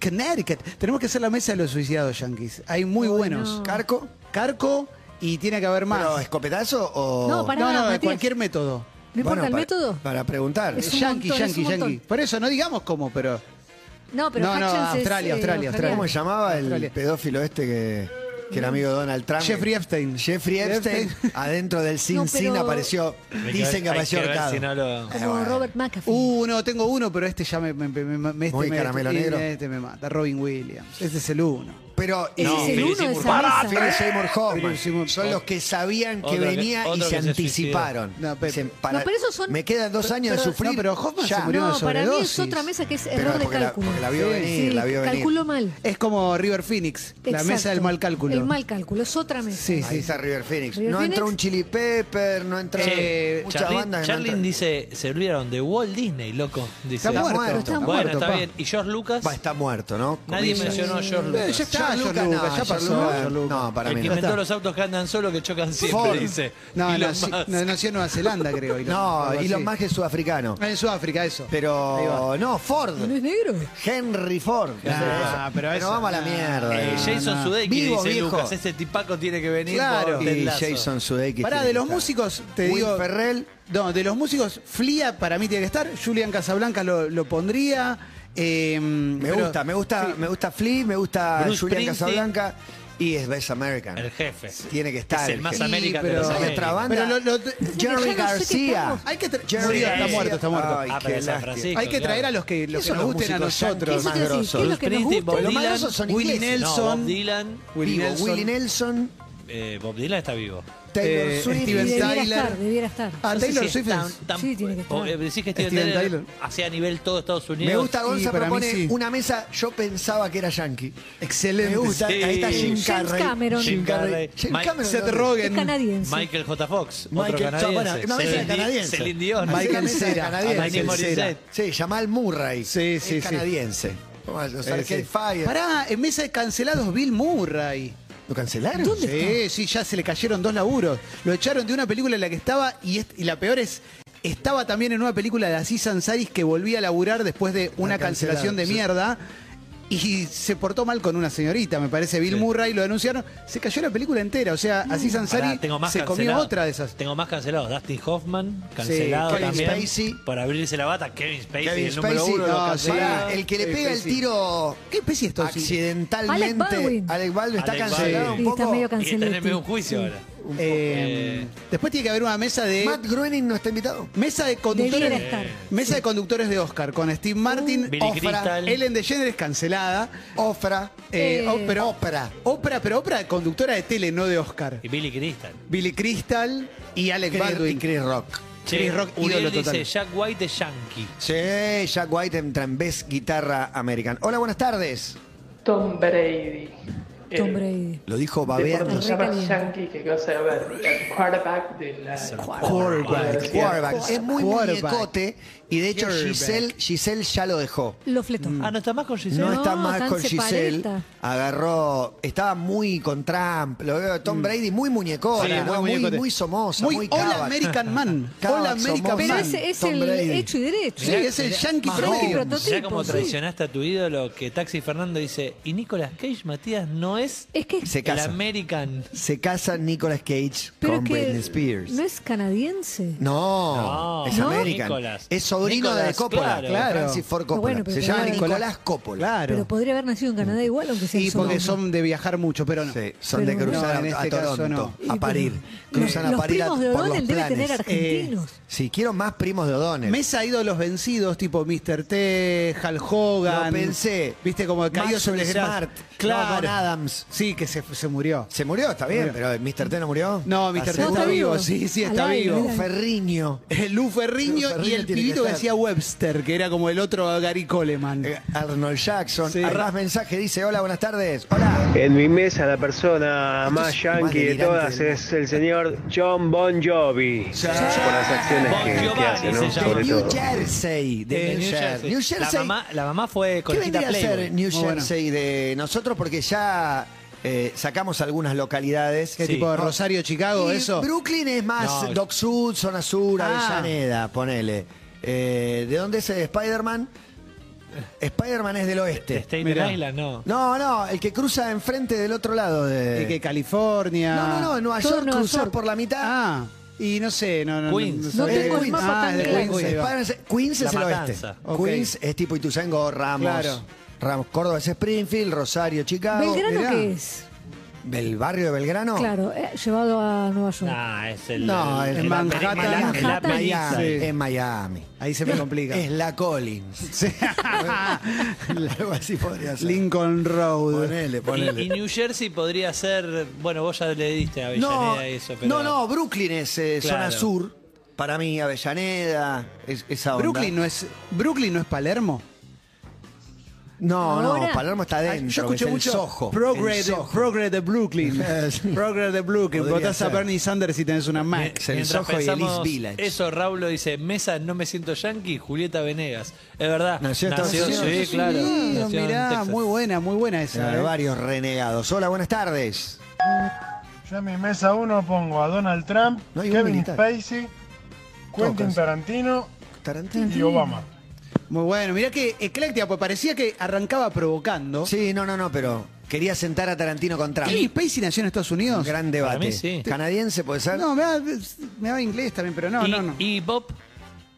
S4: Connecticut. Tenemos que hacer la mesa de los suicidados, yanquis. Hay muy
S6: Ay,
S4: buenos.
S6: no.
S4: Carco. Carco y tiene que haber más.
S3: ¿Pero escopetazo o...?
S6: No, pará,
S4: no, no,
S6: Matías.
S4: cualquier método.
S6: ¿No importa
S3: Bueno,
S6: el
S3: para-
S6: método?
S3: Para preguntar.
S6: Es un
S4: Yankee,
S6: montón, es
S4: yankee,
S6: un montón.
S4: yankee. Por eso no digamos cómo, pero.
S6: No, pero
S4: No, no,
S6: Hutchins
S4: Australia,
S6: es, eh,
S4: Australia, Australia.
S3: ¿Cómo se llamaba el
S4: Australia.
S3: pedófilo este que, que era amigo de Donald Trump?
S4: Jeffrey Epstein.
S3: Jeffrey Epstein,
S4: Epstein.
S3: adentro del Sin
S6: <laughs> No,
S3: Sin
S6: pero-
S3: apareció,
S5: Hay
S3: dicen que
S5: hay
S3: apareció
S5: ver
S3: ahorcado. Eh,
S5: si no lo-
S6: Como Robert McAfee.
S4: Uh, no, tengo uno, pero este ya me, me, me- me- me- este
S3: Muy
S4: me-
S3: caramelo
S4: este-
S3: negro.
S4: Este me mata. Robin Williams. Este es el uno.
S3: Pero
S6: Ese
S5: No,
S6: es el
S5: Philip
S6: uno de
S5: Seymour-
S6: esa
S3: Pará,
S6: mesa.
S3: Philip Seymour Hoffman.
S4: Philip Seymour-
S3: Son los que sabían que
S5: Otro que-
S3: venía y
S5: otro
S3: se
S5: que se
S3: anticiparon.
S4: suicidó. No, pero-
S3: Dicen, para-
S6: No, pero esos son-
S3: Me quedan dos años de
S4: pero-
S3: sufrir.
S4: no, pero Hoffman se
S3: ya.
S4: murió de
S6: no, para mí es
S4: sobredosis.
S6: otra mesa que es
S3: Pero
S6: error de
S3: porque la-
S6: cálculo.
S3: porque la vio venir, la vio venir.
S6: Calculó mal.
S4: Es como River Phoenix, la
S6: Exacto.
S4: mesa del mal cálculo.
S6: El mal cálculo, es otra mesa.
S4: Sí,
S3: Ahí
S4: sí.
S3: está River Phoenix.
S6: River
S3: no entró
S6: Phoenix.
S3: un Chili Pepper, no entró
S5: Che,
S3: muchas
S5: Charlin-
S3: bandas. que no
S5: Charlin
S3: entran.
S5: Eh, dice, se olvidaron de Walt Disney, loco. Dice.
S4: Está muerto.
S3: muerto.
S6: Está
S5: Bueno,
S4: muerto,
S5: está
S4: pa.
S5: bien. ¿Y George Lucas?
S3: Va, está muerto, ¿no?
S5: Nadie
S3: Comillas.
S5: mencionó a George
S4: Eh,
S5: Lucas.
S4: ya está,
S3: George
S4: George
S3: Lucas,
S4: Lucas, ya
S3: no, George
S4: pasó.
S3: Lucas.
S4: George Lucas.
S3: No, para
S5: El
S3: mí
S5: que
S3: no.
S5: inventó los autos que andan solo que chocan siempre,
S3: Ford.
S5: dice.
S4: No,
S5: Elon
S4: no, sí,
S5: Musk.
S4: no, nació en Nueva Zelanda, creo.
S3: <laughs>
S4: Elon
S3: No,
S4: Musk, algo
S3: Elon
S4: así.
S3: Musk es sudafricano.
S4: Ah, En Sudáfrica, eso. Ahí va.
S3: Pero no,
S4: <laughs>
S3: Ford.
S6: ¿No es negro?
S3: Henry Ford.
S4: Ah, pero eso-
S3: vamos a la mierda.
S5: Eh,
S3: eh.
S5: Jason
S4: no.
S5: Sudeikis
S3: Vivo,
S5: dice
S3: viejo.
S5: Lucas, este tipaco tiene que venir
S4: Claro.
S5: por
S3: Y
S5: Tendazo.
S3: Jason Sudeikis.
S4: Pará,
S3: tiene
S4: de
S3: que
S4: los
S3: estar.
S4: músicos, te
S3: Will
S4: digo.
S3: Ferrell.
S4: No, de los músicos, Flia para mí tiene que estar. Julian Casablanca lo, lo pondría. eh,
S3: Me
S4: pero-
S3: gusta, me gusta,
S4: sí.
S3: me gusta Flea, me gusta
S5: Bruce
S3: Julian
S5: Springsteen.
S3: Casablanca y es Best American.
S5: El jefe.
S3: Tiene que estar.
S5: Es el
S3: el
S5: más
S3: jefe.
S5: América
S4: Sí,
S5: de los
S4: pero-
S5: América.
S3: Otra banda.
S4: Pero lo- lo-
S3: Jerry
S6: Ya no sé qué
S3: García.
S6: estamos.
S4: Hay que tra-
S3: Jerry
S4: Murió, está
S3: García.
S4: muerto, está muerto.
S3: Ay,
S5: Ah, pero
S3: qué
S5: de San
S3: lástima.
S5: Francisco.
S4: Hay que traer a los que, los que
S3: son
S4: nos
S3: los
S4: gusten a
S3: músicos yankees
S4: nosotros.
S6: Eso te iba a decir,
S3: grosos.
S6: ¿qué es lo que nos
S5: Springsteen,
S6: gusta?
S5: Bob
S3: Los
S5: Dylan,
S3: malos son
S5: Willie
S3: ingleses.
S5: No,
S4: Nelson.
S5: Bob Dylan,
S4: Willie
S3: Vivo,
S4: Nelson.
S3: Willie Nelson,
S5: eh, Bob Dylan está vivo.
S3: Taylor
S4: Eh,
S3: Swift.
S6: Y
S4: Steven
S6: debiera
S4: Tyler.
S6: estar, debiera estar.
S4: Ah,
S5: No sé
S4: Taylor
S5: si
S4: Swift
S5: es
S4: es-
S5: tan- tan-
S6: Sí, tiene que estar.
S5: o, eh, decís que Steven,
S4: Steven
S5: Tyler
S4: Tyler.
S5: hacía a nivel todo Estados Unidos.
S3: Me gusta, Gonza
S4: Sí, para mí
S3: propone
S4: sí.
S3: una mesa, yo pensaba que era yankee.
S4: Excelente.
S3: Me gusta,
S5: Sí.
S3: ahí está Jim
S6: James
S3: Carrey.
S6: Cameron.
S3: Jim
S5: Jim
S3: Carrey.
S5: Carrey.
S3: Jim
S5: Mike-
S3: Cameron.
S4: Seth
S3: ¿dónde?
S6: Es
S4: Rogen.
S6: canadiense.
S5: Michael J. Fox, otro
S3: Michael-
S5: canadiense.
S3: bueno, una mesa de
S5: Celine-
S3: canadiense.
S5: Celine Dion.
S3: Hacer la
S4: Michael
S3: mesa de
S4: Cera.
S3: canadiense.
S5: Michael Morissette.
S3: Sí, Jamal Murray.
S4: Sí,
S3: Es
S4: sí, sí.
S3: canadiense. Vamos a los Arcade Fire.
S4: Pará, en mesa de cancelados Bill Murray.
S3: ¿Lo cancelaron?
S4: sí,
S6: ¿Dónde
S4: sí, ya se le cayeron dos laburos. Lo echaron de una película en la que estaba y, est- y la peor es, estaba también en una película de Aziz Ansari que volvía a laburar después de una
S3: cancelado,
S4: cancelación de
S3: sí.
S4: mierda. Y se portó mal con una señorita, me parece, Bill Murray, lo denunciaron. Se cayó la película entera, o sea, Aziz Ansari
S5: Pará, tengo más
S4: se comió
S5: cancelados.
S4: otra de esas.
S5: Tengo más cancelados. Dustin Hoffman, cancelado
S4: Kevin
S5: también.
S3: Spacey.
S5: Por abrirse la bata, Kevin Spacey,
S3: Kevin
S5: el número
S3: Spacey.
S5: uno de los
S4: No,
S5: cancelados.
S3: Pará, el que le
S4: Sí,
S3: pega el
S4: Spacey.
S3: tiro
S4: ¿Qué especie es esto?
S3: accidentalmente.
S6: Alec Baldwin.
S3: Alec Baldwin está
S5: Alec
S3: cancelado
S5: Baldwin.
S3: un
S6: Y está
S3: poco.
S6: medio este
S5: Y que tenés
S4: este.
S6: Canceletti.
S5: un juicio ahora.
S4: Eh,
S5: Eh,
S4: Después tiene que haber una mesa de...
S3: Matt Groening no está invitado.
S4: Mesa de conductores.
S6: Debiera estar.
S4: Mesa de conductores de Oscar con Steve Martin,
S5: Mm. Billy
S4: Ofra,
S5: Crystal.
S4: Ellen DeGeneres cancelada.
S3: Ofra.
S4: Eh,
S6: Eh,
S4: oh, pero,
S3: Oprah.
S4: Oprah, pero Oprah conductora de tele, no de Oscar.
S5: Y Billy Crystal.
S4: Billy Crystal y Alec
S3: Chris- y
S4: Baldwin.
S3: Chris Rock.
S4: Chris Rock,
S5: Uriel
S4: ídolo total.
S5: dice Jack White es yankee.
S3: Sí, Jack White en Best Guitarra American. Hola, buenas tardes.
S7: Tom Brady.
S3: Eh,
S6: Tom Brady.
S3: Lo dijo
S6: Está
S3: babeando.
S6: re caliente.
S7: Yankee que vas a ver el quarterback de la
S4: Quarterback.
S3: Quarterback. Es muy
S4: Quarterback.
S3: muñecote y de hecho
S4: Quarterback.
S3: Giselle, Giselle ya lo dejó.
S6: Lo fletó.
S3: Mm.
S5: Ah, no está más con Giselle.
S3: No, está
S6: No,
S3: más
S6: están
S3: con Giselle.
S6: separeta.
S3: Agarró. Estaba muy con Trump. Lo veo a Tom Brady muy muñecota,
S4: Sí,
S3: ¿no?
S4: muy
S3: muy, muy,
S4: muñecote.
S3: somosa. Muy,
S4: Muy All
S3: Kavak.
S4: American
S3: <laughs>
S4: Man.
S3: Kavak
S4: All American
S3: Somoza.
S6: Pero
S4: Man.
S6: ese es
S3: Tom
S6: el
S3: Brady.
S6: hecho y derecho.
S4: Sí, es el yankee
S3: Más
S4: promedio.
S3: joven.
S6: prototipo.
S5: Ya como
S6: sí.
S5: traicionaste a tu ídolo que Taxi Fernando dice, y Nicolas Cage, Matías, no es
S6: Es que.
S3: Se
S5: el
S3: casa.
S5: American.
S3: Se casa Nicolas Cage
S6: pero
S3: con
S6: que
S3: Britney Spears.
S6: No es canadiense.
S3: No,
S5: No.
S3: es
S6: ¿No?
S3: American.
S5: Nicolas.
S3: Es sobrino de
S5: Nicolas,
S3: Coppola,
S5: claro.
S3: claro. Francis Ford Coppola.
S6: Bueno, pero
S3: se
S6: claro.
S3: llama Nicolás
S4: Nicolás-
S3: Coppola.
S4: Claro.
S6: Pero podría haber nacido en
S3: Mm.
S6: Canadá igual, aunque sea
S4: Sí,
S6: en su
S4: porque
S6: nombre.
S4: son de viajar mucho, pero no.
S3: Sí, son
S6: Pero
S3: de
S6: no,
S3: cruzar
S4: en
S3: a, a
S4: este caso
S3: Toronto,
S6: Y
S3: a
S6: pero-
S3: parir. Cruzan a
S6: los
S3: parir a-
S6: primos de
S3: por los
S6: O'Donnell debe
S3: planes. Eh,
S6: tener argentinos.
S3: Sí, quiero más primos de O'Donnell.
S4: Mesa ha ido a los vencidos, tipo Mr. T, Hal Hogan.
S3: Lo pensé.
S4: Viste, como cayó
S3: Maxwell
S4: sobre el grado.
S3: Smart. No,
S4: Claro.
S3: Don Adams.
S4: Sí, que se, se murió.
S3: Se murió, está bien, pero el Mr. T no murió.
S4: No, Mr.
S3: Hace-
S4: T está
S6: está
S4: vivo.
S6: vivo.
S4: Sí, sí,
S6: Al
S4: está
S6: aire,
S4: vivo. Eh,
S6: mira.
S3: Ferriño. Lu
S4: Lu Ferriño
S3: Ferrigno
S4: y
S3: tiene
S4: el
S3: que
S4: pibito que,
S3: estar.
S4: hacía Webster, que era como el otro Gary Coleman.
S3: eh, Arnold Jackson.
S4: Sí.
S3: Arras mensaje, dice, hola, buenas tardes. Hola.
S8: En mi mesa la persona
S3: Esto
S8: más
S3: es más
S8: yankee de
S3: delirante
S8: todas
S3: del mundo.
S8: es el señor John Bon Jovi. Por las acciones
S5: Bon
S8: que, que
S5: Giovanni
S8: hace,
S5: se
S8: ¿no?
S5: llama.
S8: Sobre
S3: De New
S8: todo.
S3: Jersey. De
S5: De
S4: Eh,
S3: New Jersey. New
S5: La
S3: Jersey.
S5: mamá, la mamá fue
S3: ¿Qué
S5: Conejita
S3: vendría a ser
S5: Playboy.
S3: New
S4: Muy bueno.
S3: Jersey de nosotros? Porque ya eh, sacamos algunas localidades.
S4: ¿Qué
S5: Sí.
S4: tipo de Rosario, Chicago,
S3: Y
S4: eso?
S3: Brooklyn es más
S5: No.
S3: Doc Sud, Zona Sur,
S4: Ah.
S3: Avellaneda, ponele. Eh, ¿De dónde es eh, Spider-Man? Spider-Man es del
S5: De
S3: oeste.
S5: Staten
S4: Mirá.
S5: Island, no.
S3: No, no, el que cruza enfrente del otro lado de...
S4: Eh, que California.
S3: No, no, no, en Nueva
S6: Todo
S3: York
S6: Nueva
S3: cruzás
S6: York.
S3: por la mitad.
S4: Ah, y no sé, no, no.
S5: Queens.
S4: No,
S6: No
S4: no
S6: tengo el
S4: Queens.
S6: mapa
S4: Ah,
S6: tan
S4: es de
S6: claro.
S4: Queens. ahí va.
S3: Spider-Man es- Queens
S5: La
S3: es el
S5: Matanza.
S3: oeste.
S4: Ok.
S3: Queens es tipo Ituzaingó, Ramos.
S4: Claro.
S3: Ramos, Córdoba es Springfield, Rosario, Chicago.
S6: ¿Belgrano
S3: Mirá.
S6: qué es?
S3: ¿El barrio de Belgrano?
S6: Claro, eh, llevado a Nueva York.
S5: Nah, es el.
S3: No,
S5: el-
S3: es
S5: el-
S4: Manhattan.
S5: el- el- el- el- el-
S6: Manhattan.
S5: el-
S3: Miami,
S4: Sí.
S3: es Miami.
S4: Ahí se me complica.
S3: Es la Collins.
S4: <laughs> Sí.
S3: <laughs> Algo así podría ser.
S4: Lincoln Road.
S3: Ponele,
S5: Y, y
S3: ponele.
S5: New Jersey podría ser. Bueno, vos ya le diste a Avellaneda
S3: No,
S5: eso, pero.
S3: no, no, Brooklyn es eh, zona
S5: Claro.
S3: sur. Para mí, Avellaneda, es, esa onda.
S4: Brooklyn no es Brooklyn no es Palermo.
S3: No, no,
S6: Ahora-
S3: Palermo está adentro.
S4: Yo escuché
S3: es el
S4: mucho
S3: Soho, el
S4: Progress de,
S3: Soho.
S4: Progress
S3: <laughs>
S4: de Brooklyn.
S3: Sí.
S4: Progress de Brooklyn.
S3: Podría
S4: Votás a
S3: ser.
S4: Bernie Sanders si tenés una Mac.
S3: Es el
S5: Mientras
S3: Soho y el East
S5: pensamos
S3: Village.
S5: Eso, Raúl lo dice: Mesa, no me siento yankee, Julieta Venegas. Es verdad.
S3: Nació en Estados Unidos.
S5: sí,
S3: Estados
S5: claro.
S4: Unidos,
S5: nació en
S4: mirá,
S5: Texas.
S4: muy buena, muy buena
S3: Sí, hay
S4: esa. ¿eh?
S3: varios renegados. Hola, buenas tardes.
S9: Yo en mi mesa 1 pongo a Donald Trump,
S3: No hay un
S9: Kevin
S3: militar.
S9: Spacey, Quentin
S3: Tocas.
S9: Tarantino
S3: Tarantino.
S9: y Obama.
S4: Muy bueno. Mirá que ecléctica, pues parecía que arrancaba provocando.
S3: Sí, no, no, no, pero quería sentar a Tarantino con Trump.
S4: ¿Kevin Spacey nació en Estados
S3: Un
S4: Univa?
S3: gran debate.
S5: Para mí sí.
S3: Canadiense puede ser.
S4: No, me da, me da inglés también, pero no,
S5: y,
S4: no, no.
S5: y Bob,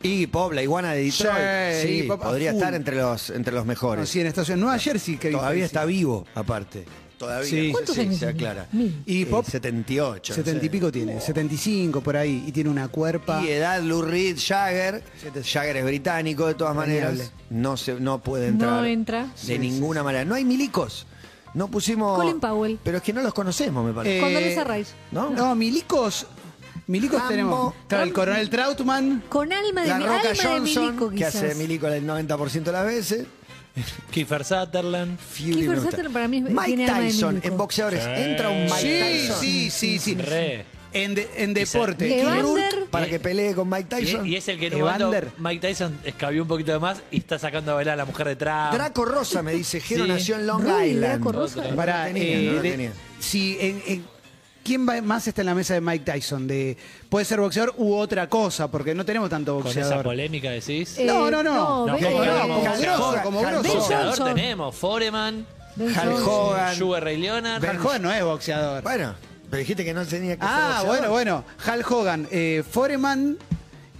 S3: Y Pop, la iguana de Detroit.
S4: Sí,
S3: Sí,
S4: y Pop a
S3: podría
S4: full.
S3: estar entre los, entre los
S4: No,
S3: mejores.
S4: sí, en Estados Unidos. Nueva Jersey, Kevin
S3: Todavía
S4: Spacey.
S3: está vivo, aparte. Todavía.
S4: Sí.
S3: No sé
S6: ¿Cuántos
S3: si
S6: años
S3: se
S6: tiene?
S3: aclara.
S6: Mil.
S4: Y
S3: Eh,
S4: Pop,
S3: 78. no
S4: 70 y
S3: sé.
S4: pico tiene, 75 por ahí. Y tiene una cuerpa.
S3: Y edad, Lou Reed, Jagger. Jagger es británico, de todas maneras.
S4: Genial.
S3: No, se, no puede entrar.
S6: No entra.
S3: De ninguna manera. No hay milicos. No pusimos.
S6: Colin Powell.
S3: Pero es que no los conocemos, me parece.
S4: Eh,
S6: Cuando les arrais.
S3: ¿No?
S4: ¿No? No, milicos. Milicos
S3: Rambo.
S4: tenemos. Claro, el coronel Trautman.
S6: Con alma de,
S3: la
S6: mi-
S3: Roca
S6: alma
S3: Johnson,
S6: de milico,
S3: que
S6: quizás.
S3: hace de milico el 90% de las veces.
S5: Kiefer Sutherland.
S3: Fury
S6: Kiefer
S3: me gusta.
S6: Sutherland para mí es-
S3: Mike
S6: tiene alma de
S3: Tyson,
S6: milico.
S3: en boxeadores. Entra un Mike
S4: Sí,
S3: Tyson.
S4: sí, sí, sí.
S5: Re.
S4: En, de- en deporte.
S6: Quizá.
S4: Kirk Rourke,
S6: Evander.
S3: Para que pelee con Mike
S5: Y,
S3: Tyson.
S5: y es el que en un momento
S4: Evander.
S5: Mike Tyson escabió un poquito de más y está sacando a bailar a la mujer de Trump.
S3: Draco Rosa me dice, Jero
S5: Sí.
S3: nació en Long
S6: Rudy
S3: Island.
S6: Draco Rosa.
S3: No lo
S4: Pará,
S3: tenía,
S4: eh,
S3: no lo
S4: de-
S3: tenía.
S4: si en- en- ¿Quién va- más está en la mesa de Mike Tyson? De, puede ser boxeador u otra cosa, porque no tenemos tanto
S5: Con esa
S4: boxeador.
S5: polémica decís.
S6: Eh,
S4: no, no, no.
S6: no,
S5: No,
S6: ve-
S5: como
S6: eh,
S5: no, como
S6: Hal
S5: grosso,
S6: Johnson.
S4: como
S3: Hal
S4: grosso.
S3: Johnson.
S5: Boxeador
S6: Johnson.
S5: tenemos Foreman,
S6: Ben
S3: Hal
S6: Johnson.
S3: Hogan.
S5: Sugar Ray Leonard.
S4: Hal Hogan no es boxeador.
S3: Bueno, pero dijiste que no tenía que ser
S4: ah,
S3: boxeador.
S4: bueno, bueno. Hal Hogan, eh, Foreman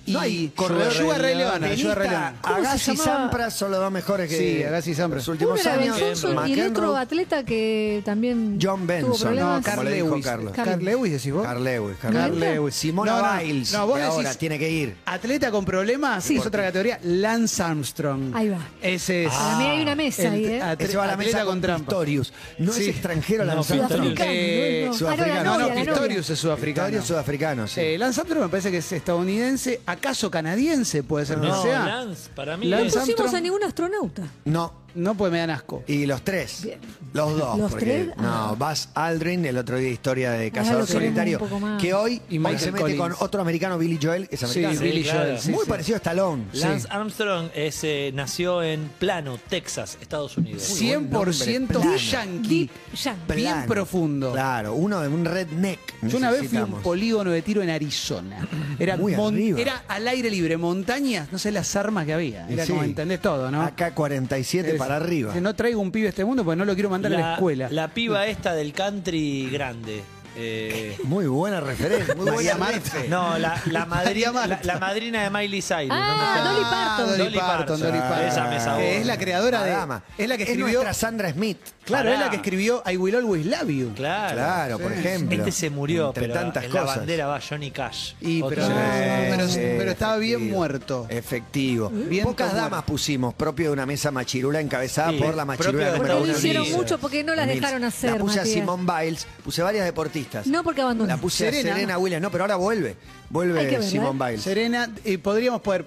S4: y
S3: No hay
S4: Sugar
S3: corredor.
S4: Ray Leonard. Sugar Ray
S3: Tenista,
S4: Leonard.
S3: Agassi y
S6: ¿Cómo se llamaba?
S3: Sampras son los dos mejores que
S4: Sí, Agassi y Sampras.
S3: Los
S6: Uno
S3: últimos
S6: era Ben
S3: años.
S6: Johnson y el otro
S3: McEnroe,
S6: atleta que también
S3: John
S6: tuvo
S3: Benson.
S6: problemas.
S4: No, Carl
S3: Como le dijo
S4: Lewis.
S3: Carlos.
S4: Carl Lewis, decís vos.
S3: Carl Lewis.
S4: Carl Lewis.
S3: Simona
S4: No, no,
S3: Biles,
S4: no, vos
S3: que ahora
S4: decís-
S3: tiene que ir.
S4: Atleta con problemas,
S6: Sí.
S4: es otra categoría. Lance Armstrong.
S6: Ahí va.
S4: Ese es.
S6: Para mí hay una mesa ahí, ¿eh?
S4: atle-
S3: Ese va a la
S4: atleta
S3: mesa con
S4: trampa.
S3: Pistorius. No es
S4: Sí.
S3: extranjero
S5: No,
S3: Lance Armstrong.
S5: Pistorius.
S6: Sudafricano,
S4: Eh,
S6: no, es, no. Ah,
S3: sudafricano.
S6: la
S4: No,
S6: novia,
S4: no,
S6: la novia.
S4: Pistorius es sudafricano.
S3: Pistorius sudafricano, sí.
S4: Eh, Lance Armstrong me parece que es estadounidense, acaso canadiense, puede ser
S5: No,
S4: que sea.
S5: Lance, para mí
S6: No
S4: Lance
S5: es-
S4: Armstrong.
S6: pusimos a ningún astronauta.
S3: No,
S4: No, pues me dan asco.
S3: Y los tres.
S6: Bien.
S3: Los dos.
S6: Los
S3: porque-
S6: tres,
S3: No,
S6: ah.
S3: Buzz Aldrin, el otro día historia de
S6: lo
S3: Cazador
S6: queremos
S3: Solitario,
S6: un poco más.
S3: que hoy,
S4: Y
S3: hoy
S4: Michael
S3: se mete
S4: Collins.
S3: con otro americano, Billy Joel, es
S4: Sí,
S3: americano.
S4: Billy
S5: claro.
S4: Joel. sí,
S3: Muy
S4: sí.
S3: parecido a Stallone. sí.
S5: Lance Armstrong es, eh, nació en Plano, Texas, Estados Unidos.
S3: Sí.
S4: 100%
S3: Plano.
S4: yankee.
S6: Deep Young.
S4: Pero- bien profundo.
S3: Claro, uno de un redneck.
S4: Yo una vez fui a un
S3: necesitamos.
S4: polígono de tiro en Arizona. Era,
S3: Muy
S4: mon-
S3: arriba.
S4: era al aire libre, montañas, no sé las armas que había. Era
S3: Sí.
S4: como, entendés todo, ¿no?
S3: Acá 47
S4: Es-
S3: para arriba.
S4: No traigo un pibe a este mundo porque no lo quiero mandar a la escuela.
S5: la piba esta del country grande. eh,
S3: Muy buena referencia. Muy
S4: María
S3: buena
S4: Marta.
S3: refe.
S5: no,
S3: <laughs>
S5: la, la,
S4: María
S5: madrina,
S4: Marta.
S5: la, la madrina de Miley Cyrus. no me
S6: Ah,
S5: sale.
S6: Dolly Parton.
S4: Dolly Parton, Dolly
S3: Ah,
S4: Parton.
S5: Esa me sabó.
S4: Que es la creadora de.
S3: Madama.
S4: Es la que escribió.
S3: nuestra Sandra Smith.
S4: claro, es la
S5: Pará.
S4: que escribió I Will Always Love You.
S5: Claro.
S3: Claro, por ejemplo.
S5: Este se murió,
S3: Entre
S5: pero
S3: tantas
S5: en la
S3: cosas.
S5: bandera va Johnny Cash.
S4: Y,
S5: Otro-
S4: pero- pero- pero estaba bien
S3: efectivo.
S4: muerto.
S3: Efectivo.
S4: Bien
S3: Pocas
S4: muerto.
S3: damas pusimos, propio de una mesa machirula encabezada
S5: Sí,
S3: por la
S5: propio de
S3: machirula.
S5: Porque
S3: número
S5: no
S3: uno en
S5: hicieron
S3: Emilce.
S6: mucho, porque no las
S3: Emilce.
S6: dejaron hacer,
S3: La puse
S6: Matías.
S3: a Simone Biles, puse varias deportistas.
S6: No, porque abandonó.
S3: La puse
S4: Serena.
S3: a Serena Williams. No, pero ahora vuelve.
S6: Hay que
S3: Vuelve
S6: verla,
S3: Simone
S6: ¿eh?
S3: Biles.
S4: Serena, eh, podríamos poder,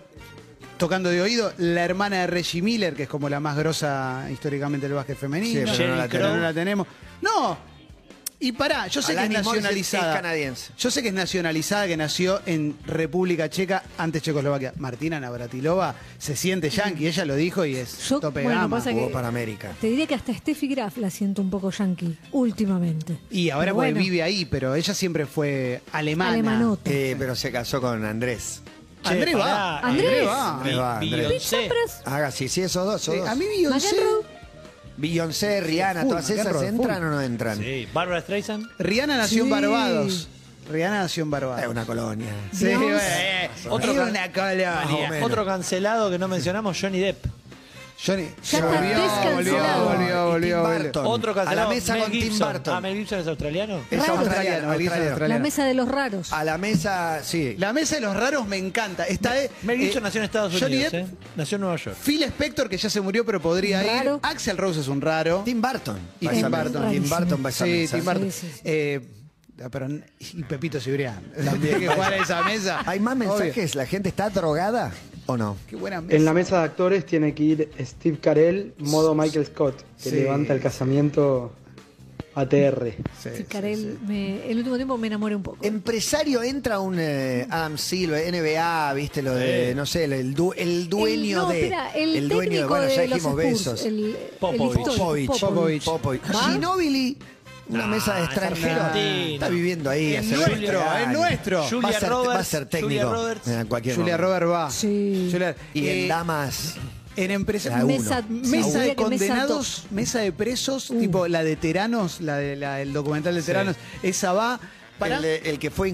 S4: tocando de oído, la hermana de Reggie Miller, que es como la más grosa históricamente del básquet femenino.
S3: Sí, pero no la
S4: Pero no
S3: tenemos.
S4: la tenemos. ¡No! Y pará, yo sé que es
S3: Alanis Morissette
S4: nacionalizada.
S3: es canadiense.
S4: Yo sé que es nacionalizada, que nació en República Checa, antes Checoslovaquia. Martina Navratilova se siente yanqui, ella lo dijo y es
S6: Yo-
S4: tope
S6: bueno,
S4: gama.
S6: pasa que-
S3: Jugó para América.
S6: Te diría que hasta Steffi Graf la siento un poco yankee últimamente.
S4: Y ahora
S6: Pero
S4: porque
S6: bueno,
S4: vive ahí, pero ella siempre fue alemana.
S6: Alemanota.
S3: Eh, pero se casó con Andrés.
S4: André
S5: Che,
S4: va.
S5: pará.
S6: Andrés.
S4: André va.
S3: Andrés va,
S5: Bi-
S3: Andrés.
S5: Beyoncé.
S3: Haga sí, sí, esos dos. Esos
S4: Eh,
S3: dos.
S4: a mí Beyoncé,
S6: McEnroe.
S3: Beyoncé, Rihanna,
S4: Full,
S3: todas esas
S4: McEnroe,
S3: entran
S4: full.
S3: o no entran.
S5: Sí, Barbara Streisand.
S4: Rihanna nació en
S6: Sí.
S4: Barbados. Rihanna nació en Barbados.
S3: Es una colonia.
S4: Sí,
S6: Dios.
S4: bueno, eh,
S5: Otro
S4: es
S5: can-
S4: una
S3: Más o
S4: colonia.
S3: menos.
S5: Otro cancelado que no mencionamos, Johnny Depp.
S4: Johnny,
S6: Ya está descancelado.
S4: volvió, volvió,
S3: Y Tim
S4: volvió.
S3: Burton.
S5: Otro
S3: A la
S5: cancelado.
S3: mesa
S5: Mel
S3: con Tim
S5: Gibson.
S3: Burton. Eh,
S5: Ah, Mel Gibson es australiano.
S3: Es
S4: Raro.
S3: australiano,
S4: Australiano.
S3: australiano.
S6: La mesa de los raros.
S3: A la mesa, sí.
S4: La mesa de los raros me encanta. Está eh,
S5: Mel
S4: eh,
S5: Gibson nació en Estados
S4: Johnny
S5: Unidos.
S4: Depp,
S5: eh. Nació en Nueva York.
S4: Phil Spector, que ya se murió, pero podría ir.
S6: Raro.
S4: Axel Rose es un raro.
S3: Tim Burton.
S4: Y
S3: va a
S4: Tim
S3: esa mesa.
S4: Burton.
S3: Tim Burton va a esa
S4: sí,
S3: mesa.
S4: Tim Burton.
S6: Sí, sí, sí.
S4: Eh, ah, pero- y Pepito Cibrián. También <laughs> que jugar a esa mesa.
S3: ¿Hay más
S4: Obvio.
S3: mensajes? ¿La gente está drogada o no?
S4: Qué buena mesa.
S10: En la mesa de actores tiene que ir Steve Carell, modo Michael Scott, que
S4: Sí.
S10: levanta el casamiento ATR.
S4: Sí, sí,
S6: Carel,
S4: sí.
S6: me- el último tiempo me enamoré un poco.
S3: Empresario entra un eh, Adam Silver, NBA, viste lo de, no sé, el, du- el dueño
S6: el, no,
S3: de.
S6: espera,
S3: dueño
S6: el,
S3: de,
S6: técnico
S3: bueno, ya
S6: los
S3: dijimos
S6: Spurs,
S3: besos.
S6: El, el
S5: Popovich.
S6: histórico,
S3: Popovich.
S4: Popovich.
S3: Popovich.
S6: ¿Va?
S3: Ginóbili, una
S5: Nah,
S3: mesa de
S5: es
S3: extranjeros.
S5: argentino.
S3: Está viviendo ahí.
S4: Es
S3: hace 20
S4: nuestro, es
S3: años.
S4: nuestro.
S3: Va a
S5: Julia
S3: ser,
S5: Roberts.
S3: va a ser técnico.
S5: Julia Roberts.
S3: en cualquier
S4: Julia
S3: momento.
S4: Robert va.
S6: Sí.
S4: Julia-
S3: Y
S4: eh,
S3: en damas.
S4: En empresa.
S3: La uno.
S6: Mesa,
S4: Mesa de
S6: diría que mesa Uh.
S4: condenados, mesa de presos, tipo la de Teranos, la, de, la del documental de Teranos, esa va para...
S3: El, de- el que fue